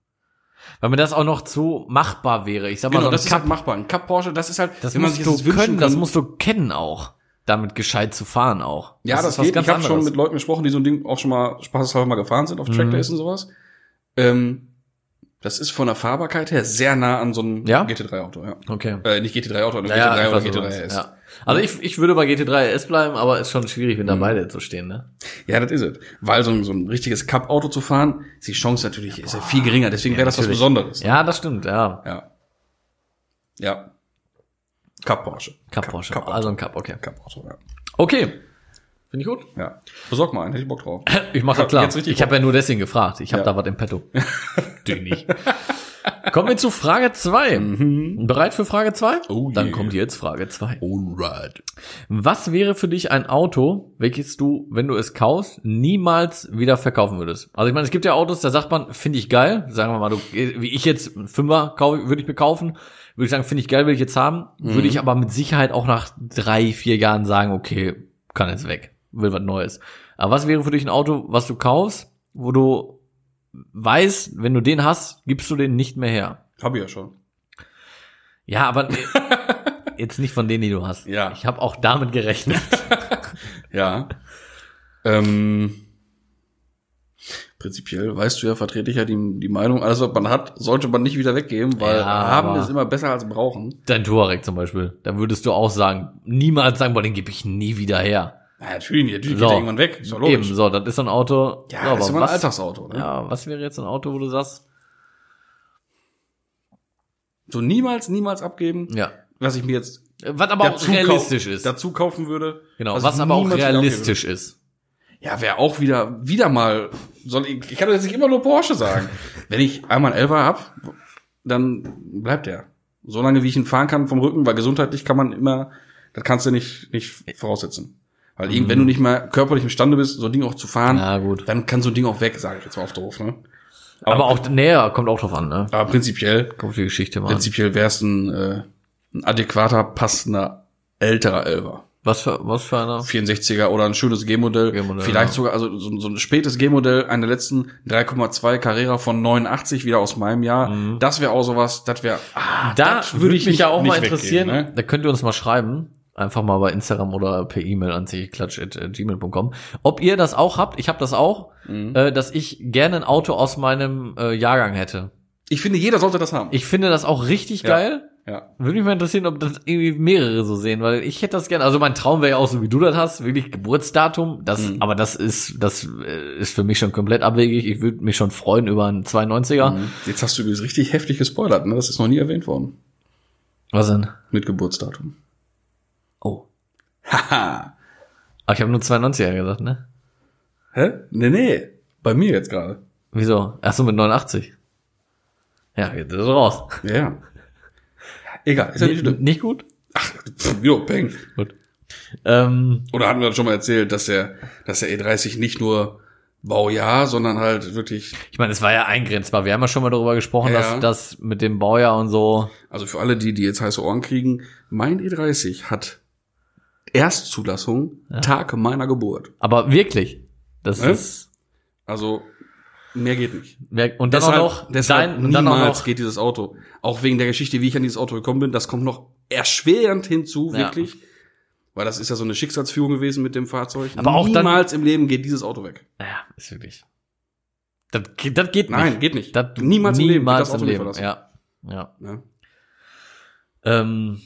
S2: Weil mir das auch noch zu machbar wäre. Ich sag mal,
S1: Genau,
S2: so ein
S1: das ist
S2: Cup,
S1: halt machbar. Ein Cup Porsche, das ist halt,
S2: das
S1: wenn man sich
S2: musst du
S1: das wünschen
S2: können,
S1: kann.
S2: das musst du kennen auch. Damit gescheit zu fahren auch.
S1: ja, das,
S2: ist was
S1: geht.
S2: ganz
S1: Ich habe schon
S2: anderes. Mhm.
S1: mit Leuten gesprochen, die so ein Ding auch schon mal spaßeshalber mal gefahren sind auf Trackdays und sowas. Ähm, das ist von der Fahrbarkeit her sehr nah an so einem
S2: Ja?
S1: GT3-Auto, ja.
S2: Okay.
S1: Äh, nicht GT3-Auto, sondern GT3
S2: Ja, ja,
S1: oder
S2: ich weiß, was du
S1: GT3
S2: meinst.
S1: S.
S2: ja. Also ich, ich würde bei GT3 RS bleiben, aber ist schon schwierig,
S1: Mhm.
S2: wenn da beide zu stehen, ne?
S1: Ja, das ist es. Weil so ein, so ein richtiges Cup-Auto zu fahren, ist die Chance natürlich ist ja viel geringer. Deswegen wäre das was
S2: natürlich.
S1: Besonderes.
S2: Ja, das stimmt, ja.
S1: Ja. ja. Cup Porsche.
S2: Cup Porsche.
S1: Cup, Cup,
S2: also ein Cup, okay.
S1: Cup Auto, ja.
S2: Okay. Finde ich gut.
S1: Ja. Besorg mal einen, hätte ich Bock drauf.
S2: Ich mache
S1: Jetzt
S2: klar.
S1: richtig
S2: ich habe ja nur deswegen gefragt. Ich habe
S1: Ja.
S2: da was im Petto. Die nicht. Kommen wir zu Frage 2. Bereit für Frage 2?
S1: Oh
S2: Dann
S1: je.
S2: kommt jetzt Frage 2.
S1: Alright.
S2: Was wäre für dich ein Auto, welches du, wenn du es kaufst, niemals wieder verkaufen würdest? Also ich meine, es gibt ja Autos, da sagt man, finde ich geil. Sagen wir mal, du, wie ich jetzt, einen Fünfer kaufe, würde ich mir kaufen. Würde ich sagen, finde ich geil, will ich jetzt haben. Würde ich aber mit Sicherheit auch nach drei, vier Jahren sagen, okay, kann jetzt weg. Will was Neues. Aber was wäre für dich ein Auto, was du kaufst, wo du weißt, wenn du den hast, gibst du den nicht mehr her?
S1: Hab ich ja schon.
S2: Ja, aber jetzt nicht von denen, die du hast.
S1: Ja.
S2: Ich habe auch damit gerechnet.
S1: Ja. ähm, prinzipiell, weißt du ja, vertrete ich ja die, die Meinung, alles, was man hat, sollte man nicht wieder weggeben, weil
S2: Ja,
S1: haben
S2: aber-
S1: ist immer besser als brauchen.
S2: Dein Tuareg zum Beispiel. Da würdest du auch sagen, niemals sagen, boah, den gebe ich nie wieder her.
S1: Na, natürlich nicht, natürlich
S2: So.
S1: geht der irgendwann weg. Ist doch
S2: Eben,
S1: logisch.
S2: so, das ist so ein Auto.
S1: Ja,
S2: so,
S1: das ist immer ein
S2: was,
S1: Alltagsauto. Ne?
S2: Ja, was wäre jetzt ein Auto, wo du sagst,
S1: So niemals, niemals abgeben,
S2: ja.
S1: was ich mir jetzt
S2: Was aber auch
S1: dazu
S2: realistisch
S1: kau-
S2: ist.
S1: dazu kaufen würde.
S2: genau, was,
S1: ich
S2: aber auch
S1: niemals wieder abgeben würde.
S2: realistisch ist.
S1: Ja, wäre auch wieder, wieder mal, soll ich, ich kann doch jetzt nicht immer nur Porsche sagen. Wenn ich einmal einen Elfer hab, dann bleibt der. Solange wie ich ihn fahren kann vom Rücken, weil gesundheitlich kann man immer, das kannst du nicht, nicht voraussetzen. Weil irgend,
S2: Mhm.
S1: wenn du nicht mehr körperlich imstande bist, so ein Ding auch zu fahren,
S2: Na gut.
S1: dann kann so ein Ding auch weg, sage ich jetzt mal auf doof, ne?
S2: Aber, auch näher, kommt auch drauf an, ne?
S1: aber prinzipiell,
S2: Kommt die Geschichte mal an.
S1: prinzipiell wär's ein, äh, ein adäquater, passender, älterer Elfer.
S2: Was für, was für einer?
S1: 64er oder ein schönes G-Modell.
S2: G-Modell,
S1: Vielleicht
S2: ja.
S1: sogar, also so, so ein spätes G-Modell, eine der letzten 3,2 Carrera von 89, wieder aus meinem Jahr.
S2: Mhm.
S1: Das wäre auch sowas, das wäre, ah,
S2: Da
S1: das
S2: würde ich mich
S1: nicht-
S2: ja auch mal
S1: nicht weggeben,
S2: interessieren.
S1: ne?
S2: Da könnt ihr uns mal schreiben. Einfach mal bei Instagram oder per E-Mail an äh, gmail.com. Ob ihr das auch habt, ich habe das auch,
S1: mhm.
S2: äh, dass ich gerne ein Auto aus meinem äh, Jahrgang hätte.
S1: Ich finde, jeder sollte das haben.
S2: Ich finde das auch richtig
S1: Ja.
S2: geil.
S1: ja.
S2: Würde mich mal interessieren, ob das irgendwie mehrere so sehen, weil ich hätte das gerne. Also mein Traum wäre ja auch so, wie du das hast, wirklich Geburtsdatum. Das,
S1: Mhm.
S2: aber das ist, das äh, ist für mich schon komplett abwegig. Ich würde mich schon freuen über einen 92er.
S1: mhm. Jetzt hast du übrigens richtig heftig gespoilert, ne? Das ist noch nie erwähnt worden.
S2: Was denn?
S1: Mit Geburtsdatum.
S2: Oh. Ah,
S1: Haha.
S2: Aber ich habe nur 92er gesagt, ne?
S1: Hä? Nee, nee. Bei mir jetzt gerade.
S2: Wieso? Ach so mit 89. Ja, jetzt ist er raus.
S1: Ja, ja. Egal, ist ja nicht schlimm.
S2: nicht gut?
S1: Pff, Jo, peng.
S2: Gut. Ähm,
S1: Oder hatten wir das schon mal erzählt, dass der, dass der E30 nicht nur Baujahr, sondern halt wirklich,
S2: ich meine, es war ja eingrenzbar. Wir haben ja schon mal darüber gesprochen,
S1: Ja.
S2: dass das mit dem Baujahr und so.
S1: also für alle die, die jetzt heiße Ohren kriegen, mein E30 hat Erstzulassung Tag meiner Geburt.
S2: Aber wirklich, das
S1: Ne?
S2: ist
S1: Also mehr geht nicht.
S2: wer- und dann auch noch
S1: deshalb
S2: dein- und
S1: niemals
S2: dann auch noch
S1: geht dieses Auto. Auch wegen der Geschichte, wie ich an dieses Auto gekommen bin, das kommt noch erschwerend hinzu,
S2: Ja.
S1: wirklich. Weil das ist ja so eine Schicksalsführung gewesen mit dem Fahrzeug.
S2: Aber auch dann-
S1: niemals im Leben geht dieses Auto weg.
S2: Ja, ist wirklich. Das, ge- das geht
S1: Nein,
S2: nicht.
S1: geht nicht.
S2: Das,
S1: niemals im Leben. geht
S2: Niemals
S1: das Auto
S2: im
S1: nicht
S2: Leben.
S1: verlassen.
S2: Ja. ja.
S1: Ne?
S2: Ähm,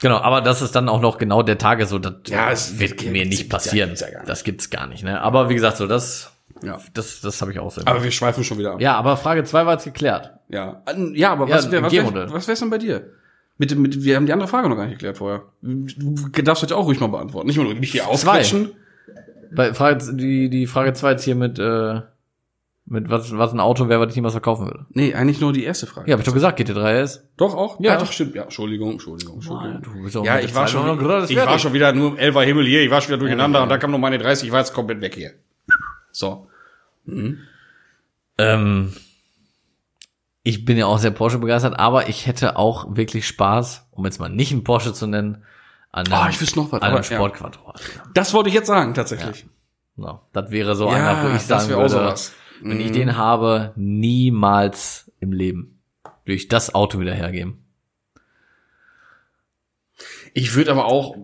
S2: genau, aber das ist dann auch noch genau der Tage so, das
S1: Ja, es
S2: wird
S1: gibt-
S2: mir
S1: gibt's-
S2: nicht
S1: gibt's ja-
S2: passieren.
S1: gibt's ja gar nicht.
S2: das gibt's gar nicht, ne? Aber wie gesagt, so das
S1: Ja.
S2: das das habe ich auch selber.
S1: Aber wir schweifen schon wieder ab.
S2: ja, aber Frage zwei war jetzt geklärt.
S1: Ja, An- ja aber
S2: Ja,
S1: was, wär,
S2: ein
S1: was, wär,
S2: G-Modell.
S1: was wär's denn bei dir? Mit, dem- mit, wir haben die andere Frage noch gar nicht geklärt vorher. Du darfst heute auch ruhig mal beantworten. Nicht mal nicht hier ausquetschen.
S2: Bei Frage die die Frage zwei jetzt hier mit äh, mit was was ein Auto wäre, was ich niemals verkaufen würde.
S1: Nee, eigentlich nur die erste Frage.
S2: Ja, habe ich doch gesagt, GT3S.
S1: Doch auch?
S2: Ja.
S1: doch, stimmt. Ja, Entschuldigung, Entschuldigung, Entschuldigung.
S2: du bist auch
S1: ja,
S2: mit
S1: ich
S2: der
S1: war
S2: Zeit noch
S1: schon,
S2: ein größeres
S1: ich war
S2: Fertig.
S1: schon wieder nur im Elfer Himmel hier, ich war schon wieder durcheinander und da kam noch meine 30, ich war jetzt komplett weg hier. So.
S2: Ähm, ich bin ja auch sehr Porsche begeistert, aber ich hätte auch wirklich Spaß, um jetzt mal nicht einen Porsche zu nennen, an einem,
S1: Ah, ich wüsste noch was,
S2: an einem
S1: aber, ja.
S2: Sportquadrat.
S1: Das wollte ich jetzt sagen, tatsächlich.
S2: So, das wäre so
S1: Ja,
S2: einer, wo ich
S1: das
S2: sagen
S1: wär auch
S2: würde,
S1: sowas.
S2: wenn ich
S1: Mhm.
S2: den habe, niemals im Leben würde ich das Auto wieder hergeben.
S1: Ich würde aber auch,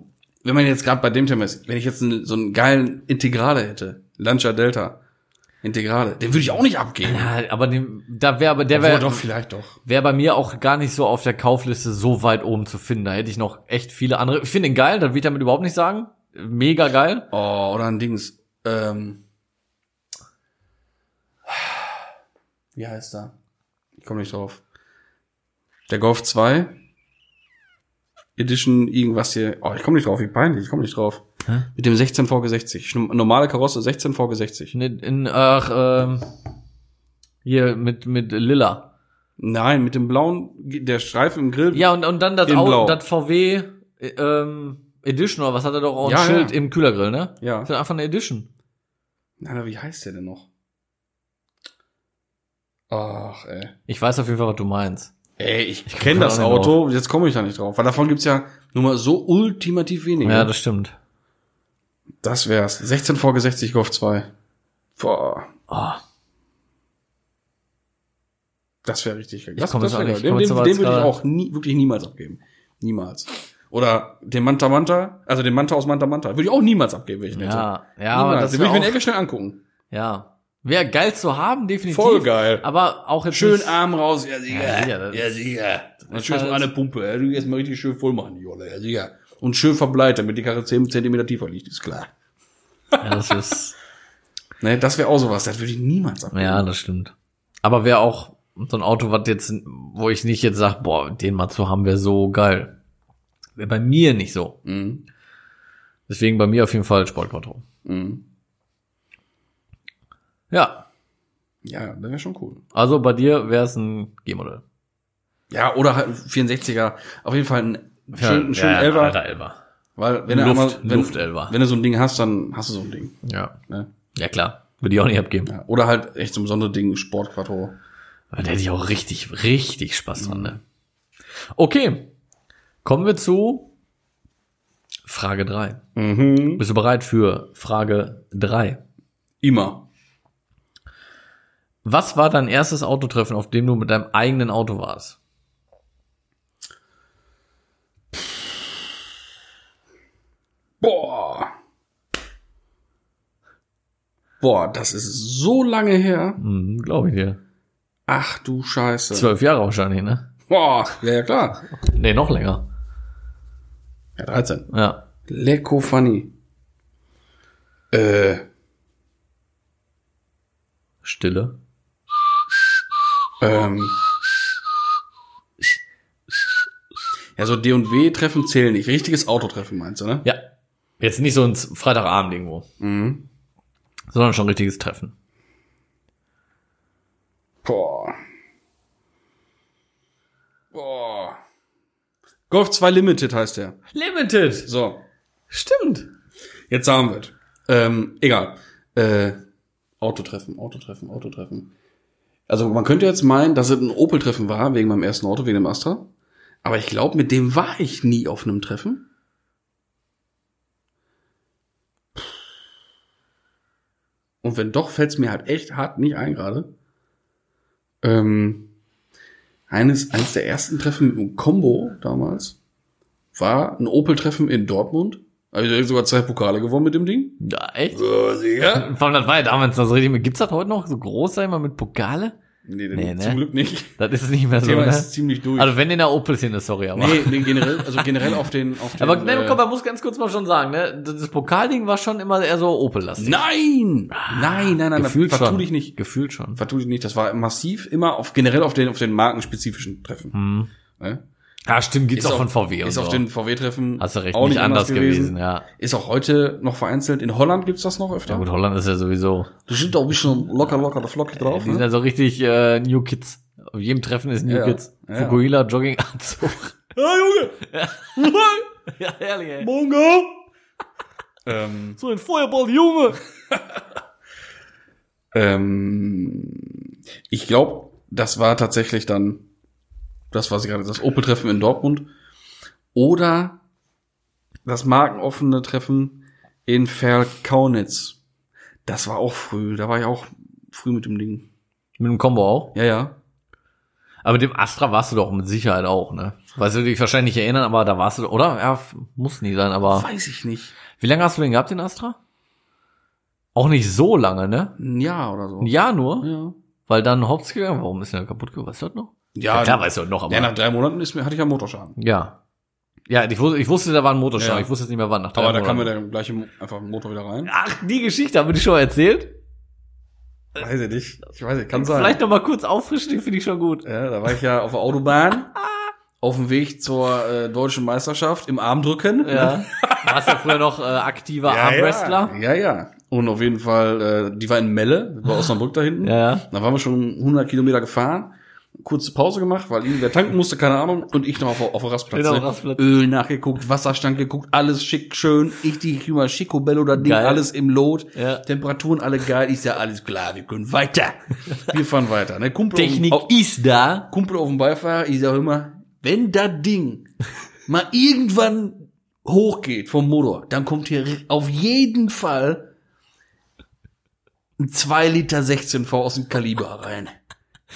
S1: wenn man jetzt gerade bei dem Thema ist, wenn ich jetzt einen, so einen geilen Integrale hätte, Lancia Delta, Integrale, den würde ich auch nicht abgeben.
S2: Ja, aber dem, da wäre aber der
S1: Obwohl,
S2: wäre
S1: doch, vielleicht doch.
S2: wäre bei mir auch gar nicht so auf der Kaufliste so weit oben zu finden. Da hätte ich noch echt viele andere. Ich finde ihn geil, das will ich damit überhaupt nicht sagen. Mega geil.
S1: Oh, oder ein Dings. Ähm, wie heißt er? Ich komme nicht drauf. Der Golf 2 Edition irgendwas hier. Oh, ich komme nicht drauf, wie peinlich, ich komme nicht drauf.
S2: Hä?
S1: Mit dem 16 VG60. Schn- Normale Karosse 16 VG60.
S2: In, in ach, ähm, hier mit, mit Lilla.
S1: Nein, mit dem blauen, der Streifen im Grill.
S2: Ja, und, und dann das,
S1: In Blau.
S2: Au, das VW äh, ähm, Edition, oder was hat er doch auch ein
S1: Ja,
S2: Schild
S1: ja.
S2: im Kühlergrill, ne?
S1: Ja.
S2: Das ist einfach eine Edition.
S1: Nein, aber wie heißt der denn noch? Ach, ey.
S2: Ich weiß auf jeden Fall, was du meinst.
S1: Ey, ich
S2: komm
S1: kenne das
S2: da auch nicht
S1: Auto, jetzt komme ich da nicht drauf. Weil davon gibt's ja nur mal so ultimativ wenige.
S2: Ja, das stimmt.
S1: Das wär's. 16 VG 60 Golf 2. Boah,
S2: Oh,
S1: das wäre richtig geil. Das,
S2: komm
S1: das
S2: jetzt
S1: wär
S2: auch
S1: geil.
S2: nicht.
S1: Den,
S2: Komm
S1: den,
S2: jetzt
S1: den
S2: aber
S1: würde
S2: jetzt
S1: ich
S2: gerade-
S1: auch nie, wirklich niemals abgeben. Niemals. Oder den Manta Manta, also den Manta aus Manta Manta, würde ich auch niemals abgeben, wenn ich den hätte.
S2: ja, ja, aber
S1: Niemals.
S2: das
S1: Den würde ich mir in der
S2: wäre
S1: Ecke schnell angucken.
S2: ja. Wäre geil zu haben, definitiv.
S1: Voll geil.
S2: Aber auch jetzt
S1: Schön
S2: nicht-
S1: Arm raus, ja
S2: Ja,
S1: sicher.
S2: sicher,
S1: Ja,
S2: das ist-
S1: sicher. Dann
S2: ist
S1: schön
S2: halt-
S1: eine Pumpe. Ja, du erstmal richtig schön voll machen, die Jolle, ja sicher. Und schön verbleit, damit die Karre 10 Zentimeter tiefer liegt, ist klar.
S2: Ja, das ist,
S1: Ne, das wäre auch sowas, das würde ich niemals abgeben.
S2: ja, das stimmt. Aber wäre auch so ein Auto, was jetzt, wo ich nicht jetzt sage, boah, den mal zu haben, wäre so geil. Wäre bei mir nicht so.
S1: Mhm.
S2: Deswegen bei mir auf jeden Fall Sportquattro.
S1: Mhm.
S2: Ja,
S1: Ja, das wäre schon cool.
S2: also bei dir wäre es ein G-Modell.
S1: Ja, oder halt 64er. Auf jeden Fall einen schönen, schönen
S2: Ja, ja, ein
S1: Elfer.
S2: alter Elfer.
S1: Weil wenn, du
S2: Luft-
S1: einmal, wenn,
S2: Luftelfer.
S1: wenn du so ein Ding hast, dann hast du so ein Ding.
S2: Ja.
S1: Ne?
S2: ja, klar. Würde ich auch nicht abgeben.
S1: Ja. Oder halt echt so ein Sonderding, Sportquattro.
S2: Aber da hätte ich auch richtig, richtig Spaß dran. Ne? Okay, kommen wir zu Frage drei.
S1: Mhm.
S2: Bist du bereit für Frage drei?
S1: Immer.
S2: Was war dein erstes Autotreffen, auf dem du mit deinem eigenen Auto warst?
S1: Boah. Boah, das ist so lange her.
S2: Hm, Glaube ich dir.
S1: Ach du Scheiße.
S2: Zwölf Jahre wahrscheinlich, ne?
S1: Boah, ja, ja klar.
S2: Nee, noch länger.
S1: Ja, 13.
S2: Ja.
S1: Lecko funny. Äh,
S2: Stille.
S1: ähm. Ja, so D&W-Treffen zählen nicht. Richtiges Autotreffen meinst du, ne?
S2: Ja. Jetzt nicht so ein Freitagabend irgendwo,
S1: Mhm.
S2: sondern schon ein richtiges Treffen.
S1: Boah. Boah. Golf 2 Limited heißt der.
S2: Limited.
S1: So,
S2: Stimmt.
S1: jetzt haben wir's. Ähm, egal. Äh, Autotreffen, Autotreffen, Autotreffen. Also man könnte jetzt meinen, dass es ein Opel-Treffen war, wegen meinem ersten Auto, wegen dem Astra. Aber ich glaube, mit dem war ich nie auf einem Treffen. Und wenn doch, fällt's mir halt echt hart nicht ein gerade. Ähm, eines, eines der ersten Treffen mit einem Combo damals war ein Opel-Treffen in Dortmund. Also ich hab sogar zwei Pokale gewonnen mit dem Ding.
S2: Ja, echt?
S1: So, sicher?
S2: Vor allem, das war ja damals das richtig. mit- Gibt's das heute noch so groß, sag ich mal, mit Pokale?
S1: Nee, denn
S2: Nee, ne?
S1: zum Glück nicht.
S2: Das ist nicht mehr
S1: Das
S2: so,
S1: Thema
S2: ne?
S1: ist ziemlich durch.
S2: Also wenn in der Opel-Szene, sorry, aber.
S1: nee, nee, generell, also generell auf den, auf den
S2: Aber ne,
S1: äh,
S2: komm, man muss ganz kurz mal schon sagen, ne? Das Pokalding war schon immer eher so Opel-lastig.
S1: Nein! Nein, nein, nein,
S2: Gefühlt
S1: vertu
S2: schon.
S1: dich nicht.
S2: Gefühlt schon.
S1: Vertu dich nicht. Das war massiv immer auf, generell auf den, auf den markenspezifischen Treffen.
S2: Hm.
S1: Ne?
S2: Ja, stimmt, gibt's auch
S1: auf-
S2: von VW und
S1: Ist
S2: so.
S1: auf den VW-Treffen
S2: Hast du recht, nicht anders gewesen, ja.
S1: Ist auch heute noch vereinzelt. In Holland gibt's das noch öfter.
S2: Ja gut, Holland ist ja sowieso.
S1: Die sind auch ein bisschen locker, locker der Flock drauf. ne?
S2: die sind ja so richtig äh, New Kids. Auf jedem Treffen ist New
S1: Ja,
S2: Kids.
S1: ja.
S2: Fukuhila, Jogginganzug.
S1: Ja, Junge!
S2: ja, ehrlich, ey.
S1: Mongo! ähm,
S2: So ein Feuerball, Junge.
S1: ähm, ich glaube, das war tatsächlich dann das, was ich gerade, das Opel-Treffen in Dortmund oder das markenoffene Treffen in Verkaunitz. Das war auch früh, da war ich auch früh mit dem Ding.
S2: Mit dem Combo auch.
S1: Ja, ja.
S2: Aber mit dem Astra warst du doch mit Sicherheit auch, ne? Weißt du, dich wahrscheinlich nicht erinnern, aber da warst du, oder? Ja, f- muss nie sein, aber.
S1: Weiß ich nicht.
S2: Wie lange hast du den gehabt, den Astra? Auch nicht so lange, ne?
S1: Ein Jahr oder so.
S2: Ein Jahr nur,
S1: Ja.
S2: weil dann Hops gegangen. Warum ist der kaputt gegangen? Weißt du das noch?
S1: Ja,
S2: klar, weißt du das noch, aber.
S1: ja, nach drei Monaten ist mir, hatte ich ja Motorschaden.
S2: Ja. Ja, ich wusste, ich wusste, da war ein Motorschaden.
S1: Ja.
S2: Ich wusste jetzt nicht mehr wann. Nach drei
S1: Aber da kam mir
S2: Monaten.
S1: der gleiche Mo- einfach Motor wieder rein.
S2: Ach, die Geschichte haben wir die schon mal erzählt.
S1: Weiß ich nicht. Ich weiß nicht, kann sein.
S2: Vielleicht noch mal kurz auffrischen, die finde ich schon gut.
S1: Ja, da war ich ja auf der Autobahn, auf dem Weg zur äh, deutschen Meisterschaft im Armdrücken.
S2: Ja. Du warst ja früher noch äh, aktiver
S1: ja,
S2: Armwrestler.
S1: Ja, ja. Und auf jeden Fall, äh, die war in Melle, war Osnabrück da hinten.
S2: Ja, ja.
S1: Da waren wir schon 100 Kilometer gefahren, kurze Pause gemacht, weil irgendwer tanken musste, keine Ahnung, und ich noch auf, auf dem Rastplatz.
S2: Genau,
S1: ne?
S2: Rastplatz.
S1: Öl nachgeguckt, Wasserstand geguckt, alles schick, schön. Ich die Klima Schicobello, das Ding,
S2: Geil.
S1: alles im Lot.
S2: Ja.
S1: Temperaturen alle geil. Ich sag, alles klar, wir können weiter. Wir fahren weiter. Ne? Kumpel auf dem-
S2: Technik
S1: auf-
S2: ist da.
S1: Kumpel auf dem Beifahrer, ich sag immer, wenn das Ding mal irgendwann hochgeht vom Motor, dann kommt hier auf jeden Fall ein 2 Liter 16V aus dem Kaliber rein.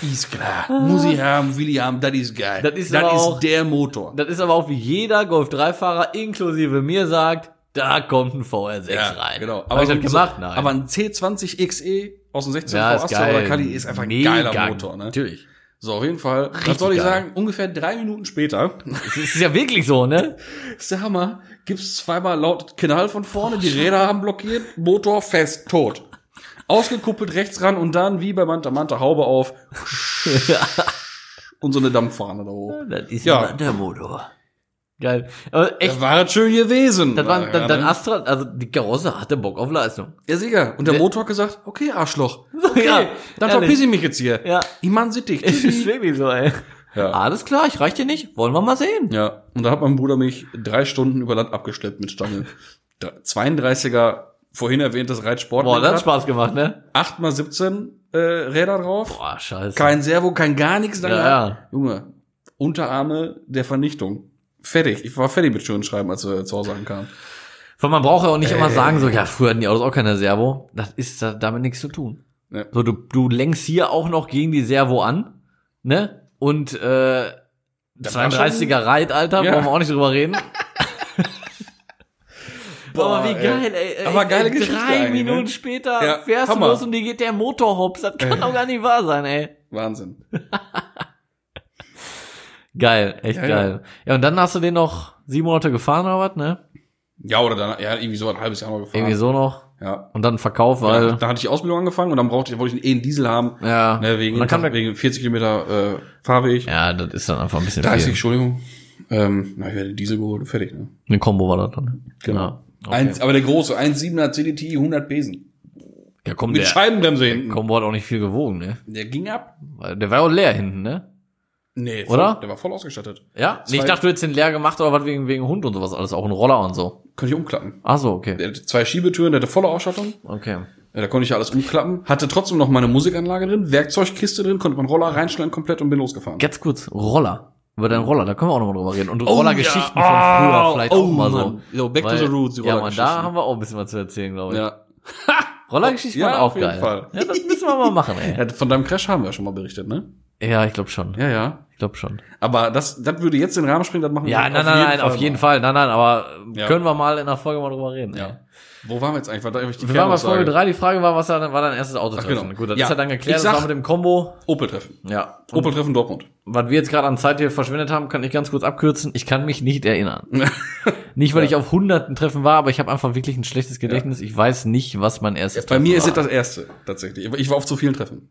S1: Ist klar. Muss ich haben, will ich haben, das ist geil.
S2: Das ist aber auch-
S1: der Motor.
S2: Das ist aber auch wie jeder Golf 3 Fahrer inklusive mir sagt, da kommt ein VR6
S1: Ja,
S2: rein.
S1: Genau.
S2: Aber ich das
S1: so-
S2: gemacht, nein.
S1: aber ein C20 XE E aus dem 16V
S2: ja, ist
S1: Astra
S2: geil.
S1: oder Kali ist einfach ein
S2: Mega
S1: geiler Motor. Ne?
S2: Natürlich.
S1: So, auf jeden Fall. Was soll ich
S2: geil.
S1: sagen? Ungefähr drei Minuten später
S2: Es ist ja wirklich so, ne?
S1: ist der Hammer. Gibt's zweimal laut Knall von vorne, die Räder haben blockiert, Motor fest, tot. Ausgekuppelt rechts ran und dann wie bei Manta Manta Haube auf und so eine Dampffahne da hoch.
S2: Das ist
S1: Ja.
S2: der Motor. Geil. Aber echt,
S1: Das war das schön gewesen.
S2: das war, dann, dann
S1: Ja, ne?
S2: Astra, also die Karosse hatte Bock auf Leistung.
S1: ja, sicher. Und der
S2: Der-
S1: Motor hat gesagt, okay, Arschloch. Okay,
S2: ja,
S1: dann
S2: ehrlich.
S1: verpiss ich mich jetzt hier.
S2: Ja.
S1: Ich mach einen Sittich.
S2: Es ist
S1: Tschüssi.
S2: wirklich so, ey.
S1: Ja.
S2: Alles klar, ich reich dir nicht. Wollen wir mal sehen.
S1: ja. Und da hat mein Bruder mich drei Stunden über Land abgeschleppt mit Stange. Dr- 32er, vorhin erwähntes Reitsport.
S2: Boah, das hat Spaß gemacht, ne?
S1: 8x17 äh, Räder drauf.
S2: Boah, scheiße.
S1: Kein Servo, kein gar nichts. dran
S2: Ja,
S1: gehabt.
S2: ja.
S1: Junge, Unterarme der Vernichtung. Fertig. Ich war fertig mit schönen Schreiben, als wir zu Hause ankamen.
S2: Weil man braucht ja auch nicht immer
S1: Ey.
S2: sagen, so, ja, früher hatten die Autos auch keine Servo. Das ist da, damit nichts zu tun.
S1: Ja.
S2: So, du, du lenkst hier auch noch gegen die Servo an, ne? Und äh,
S1: Das war
S2: 32er Reit, Alter,
S1: Ja.
S2: brauchen wir auch nicht drüber reden.
S1: Boah,
S2: Aber wie
S1: ey.
S2: geil, ey. ey,
S1: Aber
S2: ey,
S1: geile
S2: drei
S1: Geschichte eigentlich, ne?
S2: Minuten später
S1: Ja,
S2: fährst
S1: Hammer.
S2: du los und dir geht der Motor hops. Das kann
S1: Ey.
S2: doch gar nicht wahr sein, ey.
S1: Wahnsinn.
S2: Geil, echt
S1: Ja, ja.
S2: geil. Ja. und dann hast du den noch sieben Monate gefahren oder was, ne?
S1: Ja, oder dann, ja, irgendwie so ein halbes Jahr noch gefahren.
S2: Irgendwie so noch.
S1: Ja.
S2: Und dann Verkauf,
S1: Weil
S2: weil.
S1: da hatte ich Ausbildung angefangen und dann brauchte ich, wollte ich eh einen Diesel haben.
S2: Ja,
S1: Ne, wegen,
S2: Und dann kann der,
S1: wegen 40 Kilometer äh, Fahrweg.
S2: ja, das ist dann einfach ein bisschen
S1: 30,
S2: viel.
S1: Entschuldigung. Ähm, na, ich werde Diesel geholt und fertig. Ne?
S2: Eine Kombo war das dann. Genau. Okay.
S1: Eins, aber der große, 1,7er CDT, 100 Besen.
S2: Ja, komm,
S1: Mit
S2: der
S1: Scheibenbremse hinten.
S2: Combo hat auch nicht viel gewogen, ne?
S1: Der ging ab.
S2: Weil Der war ja auch leer hinten, ne?
S1: Nee,
S2: Oder?
S1: voll- Der war voll ausgestattet.
S2: Ja? Nee, ich
S1: Zwei-
S2: dachte, du hättest den leer gemacht, aber was wegen, wegen Hund und sowas alles, auch ein Roller und so.
S1: Konnte ich umklappen.
S2: Ach so, okay.
S1: Der hatte zwei Schiebetüren, der hatte volle Ausstattung.
S2: Okay.
S1: Ja, da konnte ich ja alles umklappen. Hatte trotzdem noch meine Musikanlage drin, Werkzeugkiste drin, konnte man Roller reinschneiden komplett und bin losgefahren.
S2: Ganz kurz, Roller. Über deinen Roller, da können wir auch nochmal drüber reden. Und
S1: Oh,
S2: Rollergeschichten
S1: ja.
S2: von früher
S1: Oh,
S2: vielleicht
S1: oh,
S2: auch mal so.
S1: Mann. So, back to the roots, die
S2: ja, man, da
S1: Rollergeschichten.
S2: haben wir auch ein bisschen was zu erzählen, glaube ich.
S1: Ja.
S2: Rollergeschichten
S1: Ja,
S2: waren auch
S1: auf jeden
S2: geil.
S1: Fall.
S2: Ja, das müssen wir mal machen, ey.
S1: ja. Von deinem Crash haben wir ja schon mal berichtet, ne?
S2: Ja, ich glaube schon.
S1: Ja, ja.
S2: Ich glaube schon.
S1: Aber das, das würde jetzt den Rahmen springen, das machen wir
S2: Ja,
S1: auf
S2: nein, nein, nein, auf
S1: mal.
S2: jeden Fall. Nein, nein, aber
S1: Ja.
S2: können wir mal in der Folge mal drüber reden. ey.
S1: Ja. Wo waren wir jetzt eigentlich? War da eigentlich die
S2: Wir waren bei
S1: Kernaussage?
S2: Folge 3, die Frage war, was war dein, war dein erstes Auto
S1: Ach, genau.
S2: Gut, das
S1: Ja.
S2: ist ja dann geklärt,
S1: Ich
S2: das
S1: sag-
S2: war mit dem Combo.
S1: Opel-Treffen.
S2: Ja. Und
S1: Opel-Treffen Dortmund.
S2: was wir jetzt gerade an Zeit hier verschwendet haben, kann ich ganz kurz abkürzen. Ich kann mich nicht erinnern. nicht, weil ich auf hunderten Treffen war, aber ich habe einfach wirklich ein schlechtes Gedächtnis. Ich weiß nicht, was mein erstes
S1: Bei
S2: Treffen
S1: mir ist
S2: war.
S1: es das erste, tatsächlich. Ich war auf zu vielen Treffen.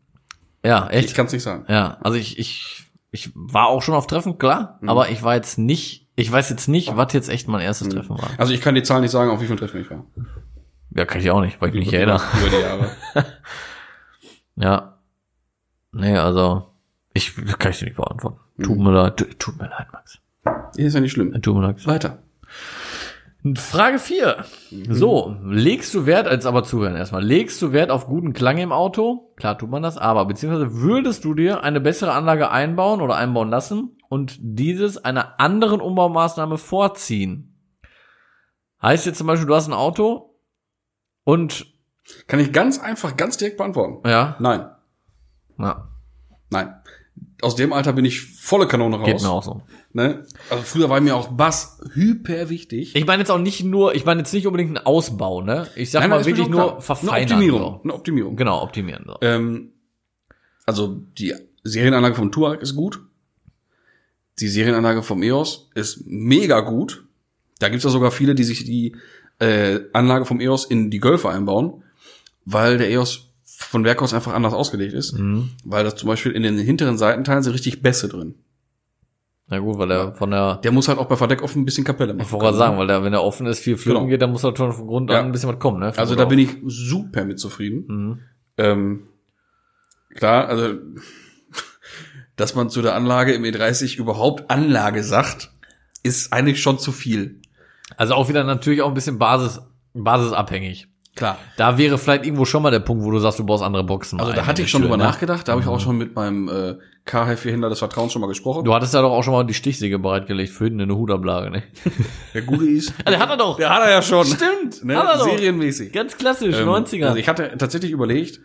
S2: Ja, echt.
S1: Ich kann es nicht sagen.
S2: Ja, also ich, ich, ich war auch schon auf Treffen, klar,
S1: Mhm.
S2: aber ich war jetzt nicht, ich weiß jetzt nicht, was jetzt echt mein erstes Treffen war.
S1: Also ich kann die Zahl nicht sagen, auf wie vielen Treffen ich war.
S2: Ja, kann ich auch nicht, weil ich mich nicht erinnere.
S1: Über die Jahre.
S2: Ja. Nee, also, ich kann ich dir nicht beantworten. Tut mir leid, tu- tut mir leid, Max.
S1: Ist ja nicht schlimm.
S2: Tut mir leid.
S1: Weiter.
S2: Frage 4. So, legst du Wert, jetzt aber zuhören erstmal, legst du Wert auf guten Klang im Auto? Klar tut man das, aber beziehungsweise würdest du dir eine bessere Anlage einbauen oder einbauen lassen und dieses einer anderen Umbaumaßnahme vorziehen? Heißt jetzt zum Beispiel, du hast ein Auto und
S1: Kann ich ganz einfach, ganz direkt beantworten.
S2: ja,
S1: Nein.
S2: na,
S1: Nein. Aus dem Alter bin ich volle Kanone raus.
S2: geht mir auch so.
S1: Ne? Also früher war mir auch Bass hyper wichtig.
S2: Ich meine jetzt auch nicht nur, ich meine jetzt nicht unbedingt einen Ausbau, ne? Ich sag mal
S1: ist mir
S2: wirklich
S1: schon
S2: nur
S1: klar.
S2: verfeinern.
S1: Eine Optimierung.
S2: So.
S1: Eine Optimierung.
S2: Genau, optimieren. So.
S1: Ähm, also die Serienanlage vom Touareg ist gut. Die Serienanlage vom EOS ist mega gut. Da gibt es ja sogar viele, die sich die äh, Anlage vom EOS in die Golf einbauen, weil der EOS von Werk aus einfach anders ausgelegt ist.
S2: Mhm.
S1: Weil das zum Beispiel in den hinteren Seitenteilen sind richtig Bässe drin.
S2: Na gut, weil er von der
S1: Der muss halt auch bei Verdeck offen ein bisschen Kapelle machen.
S2: Ich wollte gerade sagen, weil der, wenn er offen ist, viel flöten
S1: Genau.
S2: geht, dann muss halt schon von Grund
S1: Ja.
S2: an ein bisschen was kommen, ne?
S1: also da bin ich super mit zufrieden.
S2: Mhm.
S1: Ähm, klar, also dass man zu der Anlage im E30 überhaupt Anlage sagt, ist eigentlich schon zu viel.
S2: Also auch wieder natürlich auch ein bisschen Basis, basisabhängig.
S1: Klar.
S2: Da wäre vielleicht irgendwo schon mal der Punkt, wo du sagst, du baust andere Boxen.
S1: Also
S2: ein
S1: da hatte
S2: in
S1: ich
S2: die
S1: schon
S2: Tür,
S1: drüber
S2: ne?
S1: nachgedacht, da habe ich auch schon mit meinem äh, KH4-Händler des Vertrauens schon mal gesprochen.
S2: Du hattest ja doch auch schon mal die Stichsäge bereitgelegt für hinten in eine Hutablage, ne?
S1: Der gute ist.
S2: Der hat er doch.
S1: Der hat er ja schon.
S2: Stimmt,
S1: Ne?
S2: hat er doch.
S1: Serienmäßig.
S2: Ganz klassisch,
S1: Ähm,
S2: 90er.
S1: Also ich hatte tatsächlich überlegt,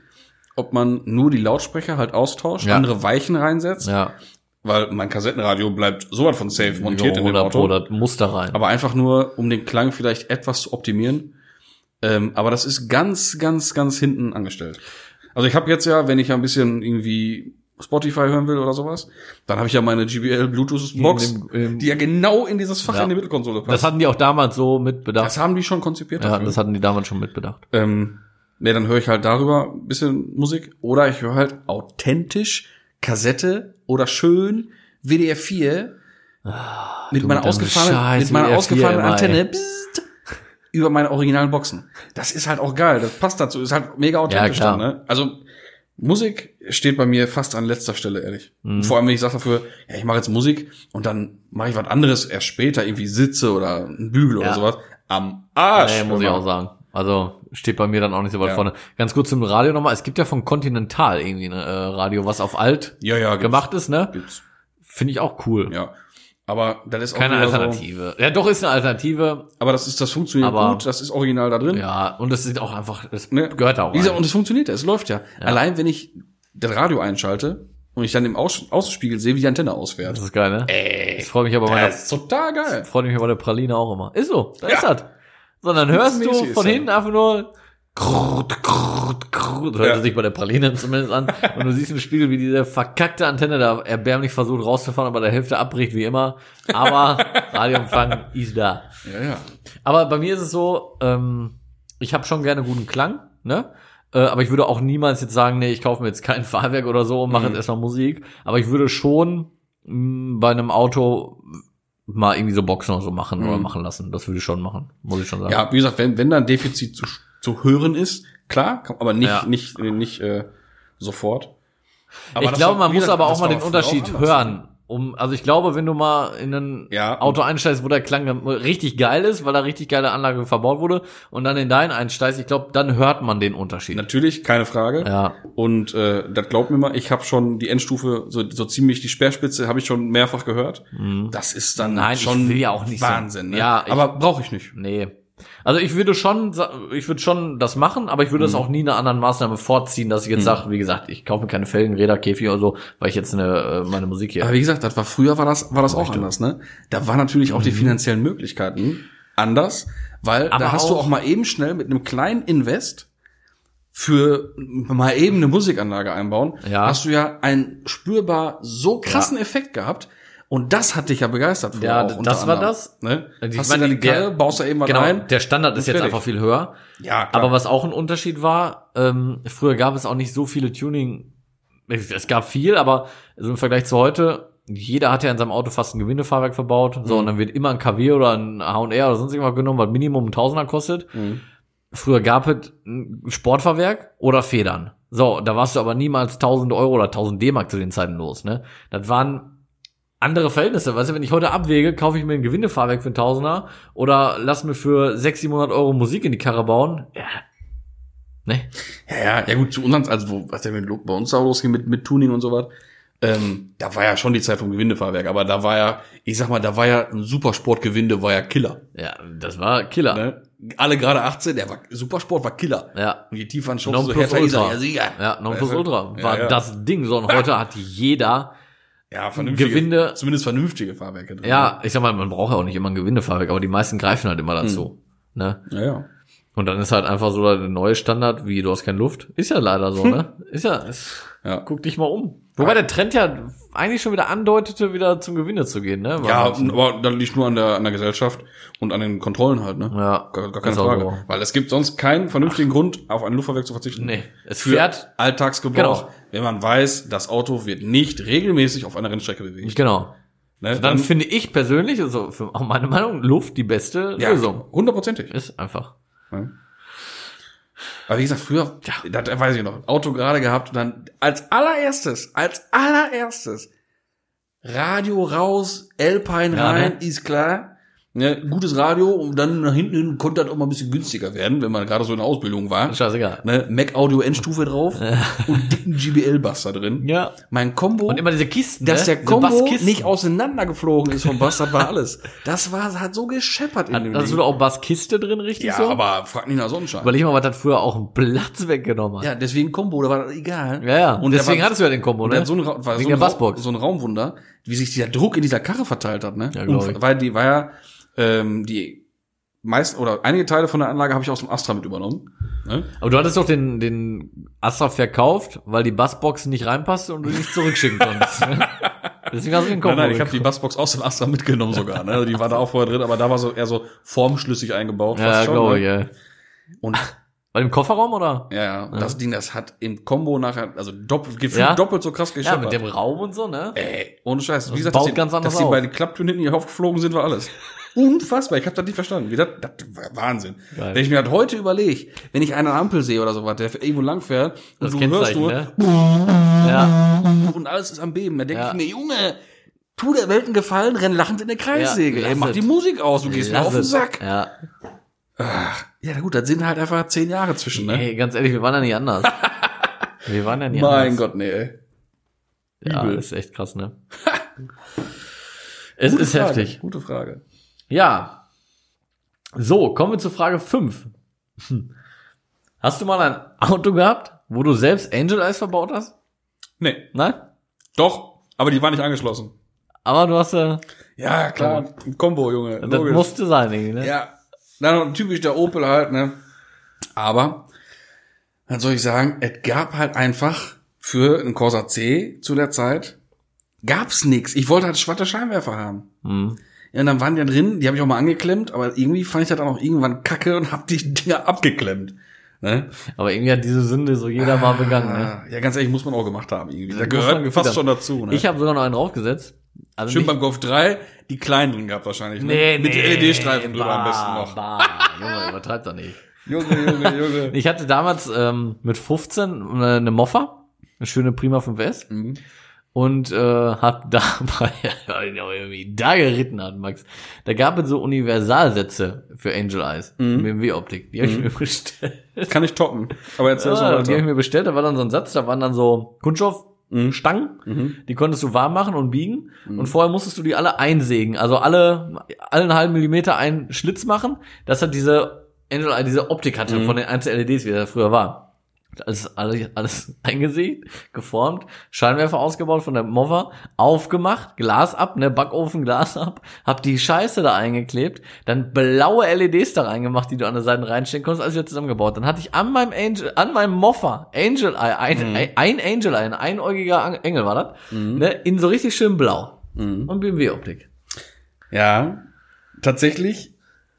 S1: ob man nur die Lautsprecher halt austauscht,
S2: Ja.
S1: andere Weichen reinsetzt,
S2: ja,
S1: weil mein Kassettenradio bleibt sowas von safe montiert in dem
S2: oder,
S1: Auto.
S2: oder oh, muss da rein.
S1: aber einfach nur, um den Klang vielleicht etwas zu optimieren. Ähm, aber das ist ganz, ganz, ganz hinten angestellt. Also ich habe jetzt ja, wenn ich ja ein bisschen irgendwie Spotify hören will oder sowas, dann habe ich ja meine GBL Bluetooth Box,
S2: In dem- in-
S1: die ja genau in dieses Fach
S2: Ja.
S1: in die Mittelkonsole passt.
S2: das hatten die auch damals so mitbedacht.
S1: Das haben die schon konzipiert.
S2: ja,
S1: dafür.
S2: das hatten die damals schon mitbedacht.
S1: ähm, nee, dann höre ich halt darüber ein bisschen Musik oder ich höre halt authentisch Kassette oder schön WDR 4 mit
S2: Ah, du
S1: meiner
S2: mit deinem
S1: ausgefahrenen,
S2: Scheiß
S1: mit meiner
S2: WDR4
S1: ausgefahrenen
S2: immer, ey.
S1: Antenne pssst, über meine originalen Boxen. Das ist halt auch geil, das passt dazu, ist halt mega authentisch.
S2: klar.
S1: dann, ne? Also Musik steht bei mir fast an letzter Stelle, ehrlich.
S2: Mhm.
S1: Vor allem, wenn ich sage dafür, ja, ich mache jetzt Musik und dann mache ich was anderes erst später, irgendwie Sitze oder einen Bügel
S2: Ja.
S1: oder sowas. Am Arsch.
S2: Nee, muss ich
S1: immer.
S2: auch sagen. Also steht bei mir dann auch nicht so weit
S1: Ah, genau. Ja.
S2: vorne. Ganz kurz zum Radio nochmal. Es gibt ja von Continental irgendwie ein äh, Radio, was auf alt
S1: Ja, ja, gibt's.
S2: gemacht ist, ne?
S1: Gibt's.
S2: Finde ich auch cool.
S1: Ja. Aber das ist auch
S2: Keine
S1: wieder
S2: Alternative. Ja, doch ist eine Alternative.
S1: So, aber das ist, das funktioniert
S2: Aber-
S1: gut, das ist original da drin.
S2: Ja, und das ist auch einfach, das
S1: Ne?
S2: gehört da auch
S1: Wie gesagt,
S2: rein.
S1: und es funktioniert, ja, es läuft ja. Allein wenn ich das Radio einschalte und ich dann im Aus Außenspiegel sehe, wie die Antenne ausfährt.
S2: Das ist geil, ne?
S1: Ey,
S2: Ich freue mich aber bei meiner,
S1: das ist total geil.
S2: freue mich bei der Praline auch immer. Ist so, da
S1: Ja.
S2: ist das. Sondern hörst du
S1: Spitzenmäßig ist
S2: von
S1: das.
S2: hinten einfach nur krrrt, krrrt, krrrt, hört
S1: Ja.
S2: es sich bei der Praline zumindest an und du siehst im Spiegel, wie diese verkackte Antenne da erbärmlich versucht rauszufahren, aber der Hälfte abbricht wie immer. Aber Radioempfang ist da.
S1: Ja, ja.
S2: Aber bei mir ist es so, ähm, ich habe schon gerne guten Klang, ne? Äh, aber ich würde auch niemals jetzt sagen, nee, ich kaufe mir jetzt kein Fahrwerk oder so und mache
S1: Mhm.
S2: jetzt erstmal Musik. Aber ich würde schon mh, bei einem Auto mal irgendwie so Boxen oder so machen oder
S1: Mhm.
S2: machen lassen. Das würde ich schon machen, muss ich schon sagen.
S1: Ja, wie gesagt, wenn, wenn da ein Defizit zu, zu hören ist, klar, kann- aber nicht,
S2: Ja.
S1: nicht, äh, nicht äh, sofort. Aber
S2: ich
S1: das
S2: glaube,
S1: war-
S2: man
S1: wie
S2: muss
S1: gesagt,
S2: aber
S1: das
S2: auch mal
S1: war
S2: den
S1: früher
S2: Unterschied
S1: anders.
S2: hören. Um, also ich glaube, wenn du mal in ein
S1: Ja.
S2: Auto einsteigst, wo der Klang dann richtig geil ist, weil da richtig geile Anlage verbaut wurde, und dann in deinen einsteigst, ich glaube, dann hört man den Unterschied.
S1: Natürlich, keine Frage.
S2: Ja.
S1: Und äh, das glaubt mir mal, ich habe schon die Endstufe, so, so ziemlich die Speerspitze, habe ich schon mehrfach gehört. Das ist dann
S2: Mhm. Nein, ich
S1: schon
S2: will ja auch nicht so-
S1: Wahnsinn. Ne?
S2: Ja, ich-
S1: aber brauche ich nicht.
S2: Nee. Also ich würde schon, sa- ich würde schon das machen, aber ich würde das
S1: Mhm.
S2: auch nie einer anderen Maßnahme vorziehen, dass ich jetzt sage, wie gesagt, ich kaufe mir keine Felgen, Räder, Käfig oder so, weil ich jetzt eine, äh, meine Musik hier.
S1: Aber wie gesagt, das war früher war das war das auch anders, ne? Da war natürlich auch die finanziellen Möglichkeiten anders, weil
S2: Mhm. Aber
S1: da hast du
S2: auch-
S1: auch mal eben schnell mit einem kleinen Invest für mal eben eine Musikanlage einbauen,
S2: Ja.
S1: hast du ja einen spürbar so krassen Effekt gehabt. Und das hat dich ja begeistert. früher
S2: Ja,
S1: auch
S2: das
S1: unter
S2: war
S1: anderem,
S2: das. Also
S1: Ne?
S2: Ich
S1: Hast
S2: meine,
S1: du dann
S2: die- der-
S1: geil, baust da eben was
S2: genau,
S1: rein.
S2: der Standard ist
S1: und
S2: jetzt
S1: fertig.
S2: einfach viel höher.
S1: ja, klar.
S2: Aber was auch ein Unterschied war, ähm, früher gab es auch nicht so viele Tuning. Es gab viel, aber so im Vergleich zu heute, jeder hat ja in seinem Auto fast ein Gewindefahrwerk verbaut. So,
S1: Mhm.
S2: und dann wird immer ein KW oder ein H&R oder sonst irgendwas genommen, was Minimum ein Tausender kostet.
S1: Mhm.
S2: Früher gab es ein Sportfahrwerk oder Federn. So, da warst du aber niemals 1000 Euro oder 1000 D-Mark zu den Zeiten los, ne? Das waren andere Verhältnisse. Weißt du, wenn ich heute abwäge, kaufe ich mir ein Gewindefahrwerk für einen Tausender oder lass mir für 600, 700 Euro Musik in die Karre bauen. Ja. Ne?
S1: Ja, ja, ja gut, zu uns, also wo, was denn mit, bei uns da losging mit, mit Tuning und sowas, ähm, da war ja schon die Zeit vom Gewindefahrwerk, aber da war ja, ich sag mal, da war ja ein Supersportgewinde, war ja Killer.
S2: Ja, das war Killer.
S1: Ne? Alle gerade 18, der war Supersport war Killer.
S2: Ja.
S1: Und je tiefer ein Schauf,
S2: Non
S1: so
S2: plus
S1: härter ist er,
S2: ultra.
S1: ja Sieger.
S2: Ja, non plus ultra
S1: Ja,
S2: war
S1: ja.
S2: das Ding. So, und heute hat jeder,
S1: Ja, vernünftige,
S2: Gewinde-
S1: zumindest vernünftige Fahrwerke drin.
S2: ja, ich sag mal, man braucht ja auch nicht immer ein Gewindefahrwerk, aber die meisten greifen halt immer
S1: Hm.
S2: dazu. Ne?
S1: Ja, ja.
S2: Und dann ist halt einfach so der neue Standard, wie du hast keine Luft. Ist ja leider so, ne?
S1: Hm.
S2: Ist ja. Ist,
S1: Ja.
S2: Guck dich mal um. Wobei der Trend ja eigentlich schon wieder andeutete, wieder zum Gewinne zu gehen, ne? Weil
S1: Ja,
S2: manchen-
S1: aber das liegt nur an der, an der Gesellschaft und an den Kontrollen halt, ne?
S2: Ja,
S1: Gar, gar keine
S2: ist auch
S1: Frage.
S2: so.
S1: Weil es gibt sonst keinen vernünftigen Grund, auf ein Luftfahrwerk zu verzichten.
S2: Nee, es
S1: für
S2: fährt.
S1: Alltagsgebrauch.
S2: Genau.
S1: Wenn man weiß, das Auto wird nicht regelmäßig auf einer Rennstrecke bewegt.
S2: Genau.
S1: Ne?
S2: Dann, finde ich persönlich, also für auch meine Meinung, Luft die beste
S1: ja,
S2: Lösung.
S1: hundertprozentig.
S2: Ist einfach.
S1: Ne? Aber wie gesagt, früher, ja. da, da weiß ich noch, Auto gerade gehabt und dann als allererstes, als allererstes Radio raus, Alpine
S2: Ja,
S1: rein,
S2: ne?
S1: ist klar. Ne, gutes Radio und dann nach hinten hin konnte das auch mal ein bisschen günstiger werden, wenn man gerade so in der Ausbildung war.
S2: Scheißegal.
S1: Ne, Mac Audio Endstufe drauf und dicken GBL-Bass da drin.
S2: Ja.
S1: Mein Combo.
S2: Und immer diese Kisten,
S1: dass
S2: ne?
S1: der
S2: Diese
S1: Combo
S2: Basskisten.
S1: nicht auseinandergeflogen ist vom Bass, das war alles. Das war, hat so gescheppert in
S2: Hat-
S1: dem
S2: Hast du
S1: Ding.
S2: da auch Basskiste drin, richtig
S1: Ja,
S2: so?
S1: aber frag nicht nach Sonnenschein.
S2: Überleg mal, was das früher auch einen Platz weggenommen hat.
S1: ja, deswegen Combo, da war das egal.
S2: Ja, ja.
S1: Und der
S2: deswegen
S1: war,
S2: hattest du ja den Kombo,
S1: und der
S2: ne?
S1: hat so ein, Ra- war
S2: Wegen
S1: so
S2: der
S1: ein, Ra
S2: Bassbox.
S1: so ein Raumwunder, wie sich dieser Druck in dieser Karre verteilt hat, ne?
S2: Ja, glaub ich.
S1: Und Weil die war ja, ähm, die meisten oder einige Teile von der Anlage habe ich aus dem Astra mit übernommen. Ne?
S2: Aber du hattest doch den, den Astra verkauft, weil die Bassbox nicht reinpasste und du nicht zurückschicken konntest. ne? Deswegen hast du den Kombo.
S1: Nein, nein, ich habe die Bassbox aus dem Astra mitgenommen sogar. Ne? Also Die war da auch vorher drin, aber da war so eher so formschlüssig eingebaut.
S2: ja,
S1: fast schon,
S2: glaube ich,
S1: ne?
S2: ja.
S1: Und
S2: Weil im Kofferraum oder?
S1: Ja, ja. Und das Ding, das hat im Combo nachher, also doppelt, gefühlt
S2: Ja?
S1: doppelt so krass
S2: Ja,
S1: gescheppert.
S2: mit dem Raum und so, ne?
S1: Ey, ohne Scheiß. Wie
S2: Das
S1: gesagt,
S2: baut
S1: dass die,
S2: ganz anders
S1: dass die
S2: auf.
S1: bei den Klapptüren hinten hier aufgeflogen sind, war alles. Unfassbar. Ich habe das nicht verstanden. Wie das, das war Wahnsinn.
S2: Geil.
S1: Wenn ich mir das heute überlege, wenn ich eine Ampel sehe oder sowas, der irgendwo lang fährt und
S2: Das
S1: du hörst
S2: Kennzeichen,
S1: nur
S2: ne? Ja,
S1: und alles ist am Beben, dann denke
S2: Ja.
S1: ich mir, Junge, tu der Welt einen Gefallen, renn lachend in der Kreissäge.
S2: Ja,
S1: Ey,
S2: lass
S1: mach
S2: es.
S1: die Musik aus, du gehst mir
S2: Lass
S1: auf den
S2: es.
S1: Sack.
S2: Ja.
S1: Ja, gut, das sind halt einfach zehn Jahre zwischen, ne?
S2: Ey, ganz ehrlich, wir waren ja nicht anders. wir waren ja nicht
S1: mein
S2: anders.
S1: Gott, nee, ey.
S2: Ja,
S1: Übel.
S2: das ist echt krass, ne? es ist
S1: Frage,
S2: heftig.
S1: Gute Frage.
S2: Ja. So, kommen wir zur Frage 5. Hast du mal ein Auto gehabt, wo du selbst Angel Eyes verbaut hast?
S1: Nee.
S2: Nein?
S1: Doch, aber die war nicht angeschlossen.
S2: Aber du hast äh,
S1: Ja, klar, ein Kombo, Junge.
S2: das
S1: logisch.
S2: musste sein, irgendwie, ne?
S1: ja. Dann typisch der Opel halt, ne? Aber, dann soll ich sagen, es gab halt einfach für einen Corsa C zu der Zeit, gab's nix. Ich wollte halt schwarze Scheinwerfer haben.
S2: Hm.
S1: Ja, und dann waren die da drin, die habe ich auch mal angeklemmt, aber irgendwie fand ich das auch noch irgendwann kacke und hab die Dinger abgeklemmt. Ne?
S2: Aber irgendwie hat diese Sünde so jeder mal begangen, ne?
S1: Ah, Ja, ganz ehrlich, muss man auch gemacht haben irgendwie. Da
S2: Muss man
S1: gehört
S2: gefühlt
S1: fast
S2: haben.
S1: schon dazu. Ne?
S2: Ich habe sogar noch einen draufgesetzt. Also
S1: Schön
S2: nicht-
S1: beim Golf 3, die kleinen drin gehabt wahrscheinlich. ne? Mit LED-Streifen E drüber am besten noch.
S2: Bah, Junge, übertreib doch nicht.
S1: Junge, Junge, Junge.
S2: Ich hatte damals ähm, mit 15 eine Moffa, eine schöne Prima 5S
S1: Mhm.
S2: und äh, hab dabei irgendwie da geritten hat, Max. Da gab es so Universalsätze für Angel Eyes,
S1: Mhm.
S2: BMW Optik, die habe ich mir bestellt.
S1: Kann ich toppen. Aber jetzt erst
S2: Ja,
S1: mal
S2: die habe ich
S1: weiter.
S2: mir bestellt, da war dann so ein Satz, da waren dann so Kunststoffstangen,
S1: Mhm.
S2: die konntest du warm machen und biegen und vorher musstest du die alle einsägen, also alle alle einen halben Millimeter einen Schlitz machen, dass hat diese Angel Eye diese Optik hatte
S1: Mhm.
S2: von den einzelnen LEDs, wie das früher war. Alles, alles, alles eingesägt, geformt, Scheinwerfer ausgebaut von der Mova, aufgemacht, Glas ab, ne, Backofen, Glas ab, hab die Scheiße da eingeklebt, dann blaue LEDs da reingemacht, die du an der Seite reinstecken konntest, alles wieder zusammengebaut. Dann hatte ich an meinem Angel, an meinem Moffa, Angel Eye,
S1: Mhm.
S2: ein, ein Angel Eye, ein einäugiger Ang- Engel war das, ne, in so richtig schön blau.
S1: Mhm.
S2: Und BMW-Optik.
S1: Ja, tatsächlich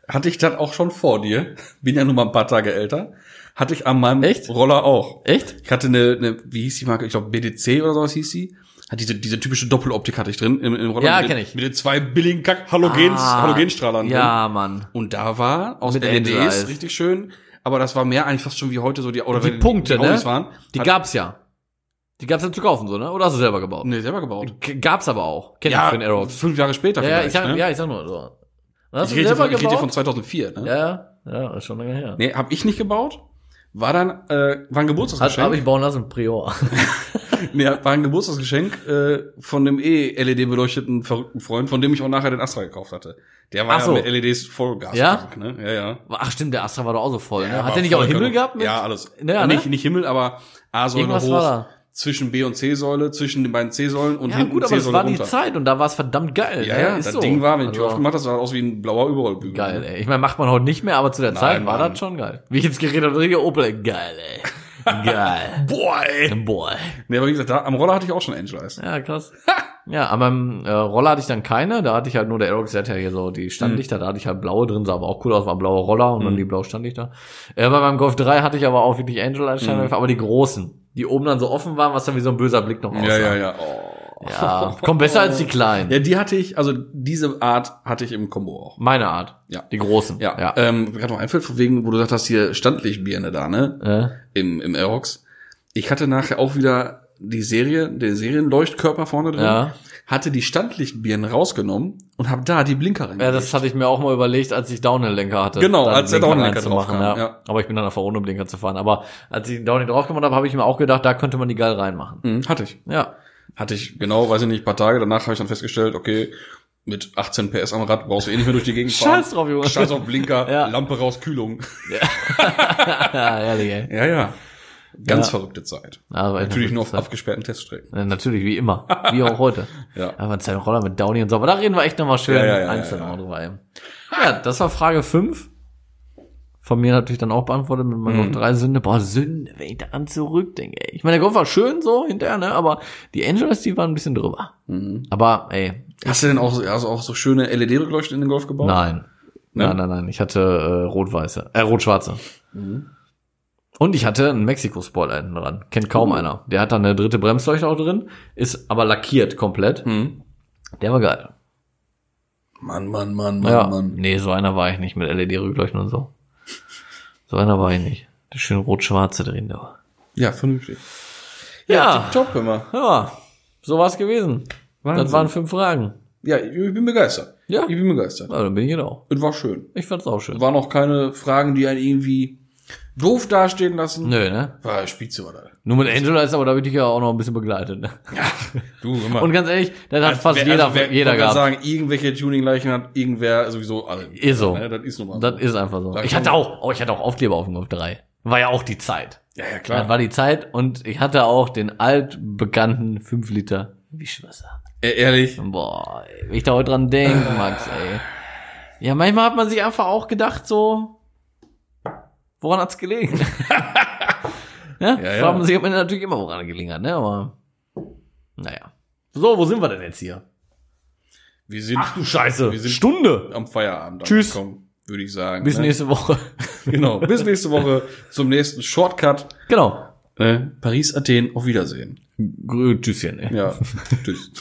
S1: hatte ich das auch schon vor dir. Bin ja nur mal ein paar Tage älter. Hatte ich an meinem
S2: Echt?
S1: Roller auch.
S2: Echt?
S1: Ich hatte eine, eine, wie hieß die Marke? Ich glaube BDC oder sowas hieß sie. Hat diese, diese typische Doppeloptik hatte ich drin im, im Roller.
S2: Ja,
S1: mit den-
S2: kenn ich.
S1: Mit den zwei billigen Kack Halogens,
S2: Ah,
S1: Halogenstrahlern drin.
S2: Ja, Mann.
S1: Und da war aus
S2: Mit
S1: LEDs
S2: Angel-Eyes.
S1: richtig schön, aber das war mehr eigentlich fast schon wie heute so die oder
S2: Die
S1: wenn
S2: Punkte,
S1: die
S2: ne?
S1: Audis waren.
S2: Die
S1: hat-
S2: gab's ja. Die gab's ja zu kaufen, so, ne? Oder hast du selber gebaut?
S1: nee, selber gebaut.
S2: G- Gab's aber auch. Kenn ich Genau. für den
S1: Ja,
S2: Aerox.
S1: fünf Jahre später.
S2: Ja, ja, ich
S1: vielleicht,
S2: sag,
S1: ne?
S2: ja, ich sag nur so.
S1: ich
S2: Hast du
S1: rede
S2: selber
S1: von, ich rede
S2: gebaut?
S1: von 2004. Ne?
S2: ja, ja, ja, ist schon lange her.
S1: Nee, habe ich nicht gebaut. War dann äh, war ein
S2: Hat,
S1: Geburtstagsgeschenk.
S2: hab ich bauen lassen, Prior.
S1: nee, war ein Geburtstagsgeschenk äh, von dem eh LED beleuchteten verrückten Freund, von dem ich auch nachher den Astra gekauft hatte. Der war
S2: Ach so.
S1: ja mit LEDs Vollgas.
S2: Ja?
S1: krank, Ne? Ja, ja.
S2: Ach stimmt, der Astra war doch auch so voll.
S1: Ja,
S2: ne? Hat
S1: war
S2: der nicht auch
S1: voll
S2: Himmel
S1: genug.
S2: gehabt? Mit?
S1: Ja, alles.
S2: Ja, ne?
S1: nicht, nicht Himmel, aber A-Säule
S2: Irgendwas
S1: hoch,
S2: war da.
S1: zwischen B- und C-Säule, zwischen den beiden C-Säulen und
S2: ja
S1: hinten
S2: gut, aber das
S1: C-Säule
S2: war die
S1: runter.
S2: Zeit und da war es verdammt geil.
S1: ja,
S2: ne?
S1: ja,
S2: Ist
S1: das
S2: so.
S1: Ding war, wenn die Tür
S2: Also,
S1: aufgemacht hat, sah das aus wie ein blauer Überrollbügel.
S2: Geil, ey. Ich meine, macht man heute nicht mehr, aber zu der Zeit war
S1: Mann.
S2: das schon geil. Wie ich jetzt geredet habe, richtig Opel, ey. geil, ey. Geil.
S1: Boah, ey.
S2: Boah.
S1: Nee, aber wie gesagt, da, am Roller hatte ich auch schon Angel Eyes.
S2: Ja, krass. ja, an meinem äh, Roller hatte ich dann keine, da hatte ich halt nur der Aerox, der hat ja hier so die
S1: Hm.
S2: Standlichter, da hatte ich halt blaue drin, sah aber auch cool aus, war ein blauer Roller und dann die blauen Standlichter. Äh, bei meinem Golf 3 hatte ich aber auch wirklich Angel als
S1: Hm.
S2: Scheinwerfer, aber die großen, die oben dann so offen waren, was dann wie so ein böser Blick noch
S1: Ja,
S2: aussah.
S1: ja, ja. Oh.
S2: ja. Kommt besser als die kleinen.
S1: Ja, die hatte ich, also diese Art hatte ich im Combo auch.
S2: Meine Art.
S1: Ja.
S2: Die großen.
S1: Ja,
S2: ja.
S1: ähm, mir gerade noch einfällt, von wegen, wo du sagtest, hier Standlichtbirne da, ne?
S2: Äh,
S1: Im, im Aerox. Ich hatte nachher auch wieder die Serie, den Serienleuchtkörper vorne drin,
S2: Ja.
S1: hatte die Standlichtbirnen rausgenommen und habe da die Blinker rein.
S2: ja, das hatte ich mir auch mal überlegt, als ich Downhill-Lenker hatte.
S1: Genau,
S2: dann
S1: als der
S2: Blinker
S1: Downhill-Lenker
S2: reinzumachen,
S1: drauf kam,
S2: ja.
S1: ja.
S2: Aber ich bin dann einfach ohne Blinker zu fahren. Aber als ich den Downhill drauf gemacht habe, habe ich mir auch gedacht, da könnte man die geil reinmachen.
S1: Mhm, hatte ich.
S2: Ja.
S1: Hatte ich genau, weiß ich nicht, paar Tage. Danach habe ich dann festgestellt, okay, mit 18 PS am Rad brauchst du eh nicht mehr durch die Gegend fahren.
S2: Scheiß drauf, Junge.
S1: Scheiß auf Blinker,
S2: Ja.
S1: Lampe raus, Kühlung.
S2: ja, ehrlich, ey.
S1: Ja, ja. Ganz
S2: Ja.
S1: verrückte Zeit.
S2: Ja, war echt
S1: Natürlich
S2: eine
S1: nur auf
S2: gute Zeit.
S1: abgesperrten Teststrecken.
S2: Ja, Natürlich, wie immer. Wie auch heute.
S1: Ja.
S2: Aber ein Roller mit Downy und so. Aber da reden wir echt nochmal schön
S1: Ja, ja, ja,
S2: einzeln
S1: ja,
S2: mal
S1: ja.
S2: drüber. Ey. Ja, das war Frage 5. Von mir natürlich dann auch beantwortet mit
S1: Mhm.
S2: meinen Golf 3 Sünde. Boah, Sünde, wenn ich daran zurückdenke, ey. Ich meine, der Golf war schön so hinterher, ne? Aber die Angels, die waren ein bisschen drüber. Aber, ey,
S1: Mhm. Hast du denn auch, also auch so schöne LED-Rückleuchten in den Golf gebaut?
S2: Nein.
S1: Ne?
S2: Nein, nein, nein. Ich hatte äh, rot-weiße, äh, rot-schwarze. Und ich hatte einen Mexiko-Spoiler hinten dran. Kennt kaum
S1: Oh.
S2: einer. Der hat dann eine dritte Bremsleuchte auch drin, ist aber lackiert komplett.
S1: Mhm.
S2: Der war geil.
S1: Mann, Mann, Mann,
S2: ja. Nee, so einer war ich nicht mit LED-Rückleuchten und so. So einer war ich nicht. Der schöne rot-schwarze drin da.
S1: Ja, vernünftig.
S2: Ja.
S1: Top immer.
S2: Ja, so war's gewesen. Das
S1: Wahnsinn.
S2: waren fünf Fragen.
S1: Ja, ich bin begeistert.
S2: Ja.
S1: Ich bin begeistert.
S2: Ja, dann bin ich genau.
S1: Es war schön.
S2: Ich fand's auch schön.
S1: Waren auch keine Fragen, die einen irgendwie doof dastehen lassen.
S2: Nö, ne?
S1: War Spitze war da.
S2: Nur mit Angela ist aber da bin ich ja auch noch ein bisschen begleitet. Ne?
S1: Du, immer. also
S2: Und ganz ehrlich, dann hat fast jeder, jeder gehabt.
S1: sagen, irgendwelche Tuning-Leichen hat irgendwer sowieso alle.
S2: Ist so.
S1: Ne, das ist nun mal
S2: Das
S1: so.
S2: ist einfach so.
S1: Sag
S2: Ich
S1: schon.
S2: hatte auch, oh, ich hatte auch Aufkleber auf dem Golf 3. War ja auch die Zeit.
S1: Ja, ja,
S2: Das war die Zeit und ich hatte auch den altbekannten 5 Liter Wischwasser.
S1: E ehrlich.
S2: Boah, ey, wenn ich da heute dran denke, Max, ey. Ja, manchmal hat man sich einfach auch gedacht, so, woran hat's gelegen? ja,
S1: Ja, ja.
S2: fragt man sich am Ende natürlich immer, woran er gelegen hat, ne, aber, naja. So, wo sind wir denn jetzt hier?
S1: Wir sind
S2: du Scheiße,
S1: Wir sind-
S2: Stunde.
S1: am Feierabend
S2: Tschüss.
S1: angekommen, würde ich sagen.
S2: Bis
S1: ne?
S2: nächste Woche.
S1: Genau. Bis nächste Woche zum nächsten Shortcut.
S2: genau.
S1: Ne? Paris, Athen, auf Wiedersehen.
S2: Grü- Tschüsschen, ey.
S1: Ja. Tschüss.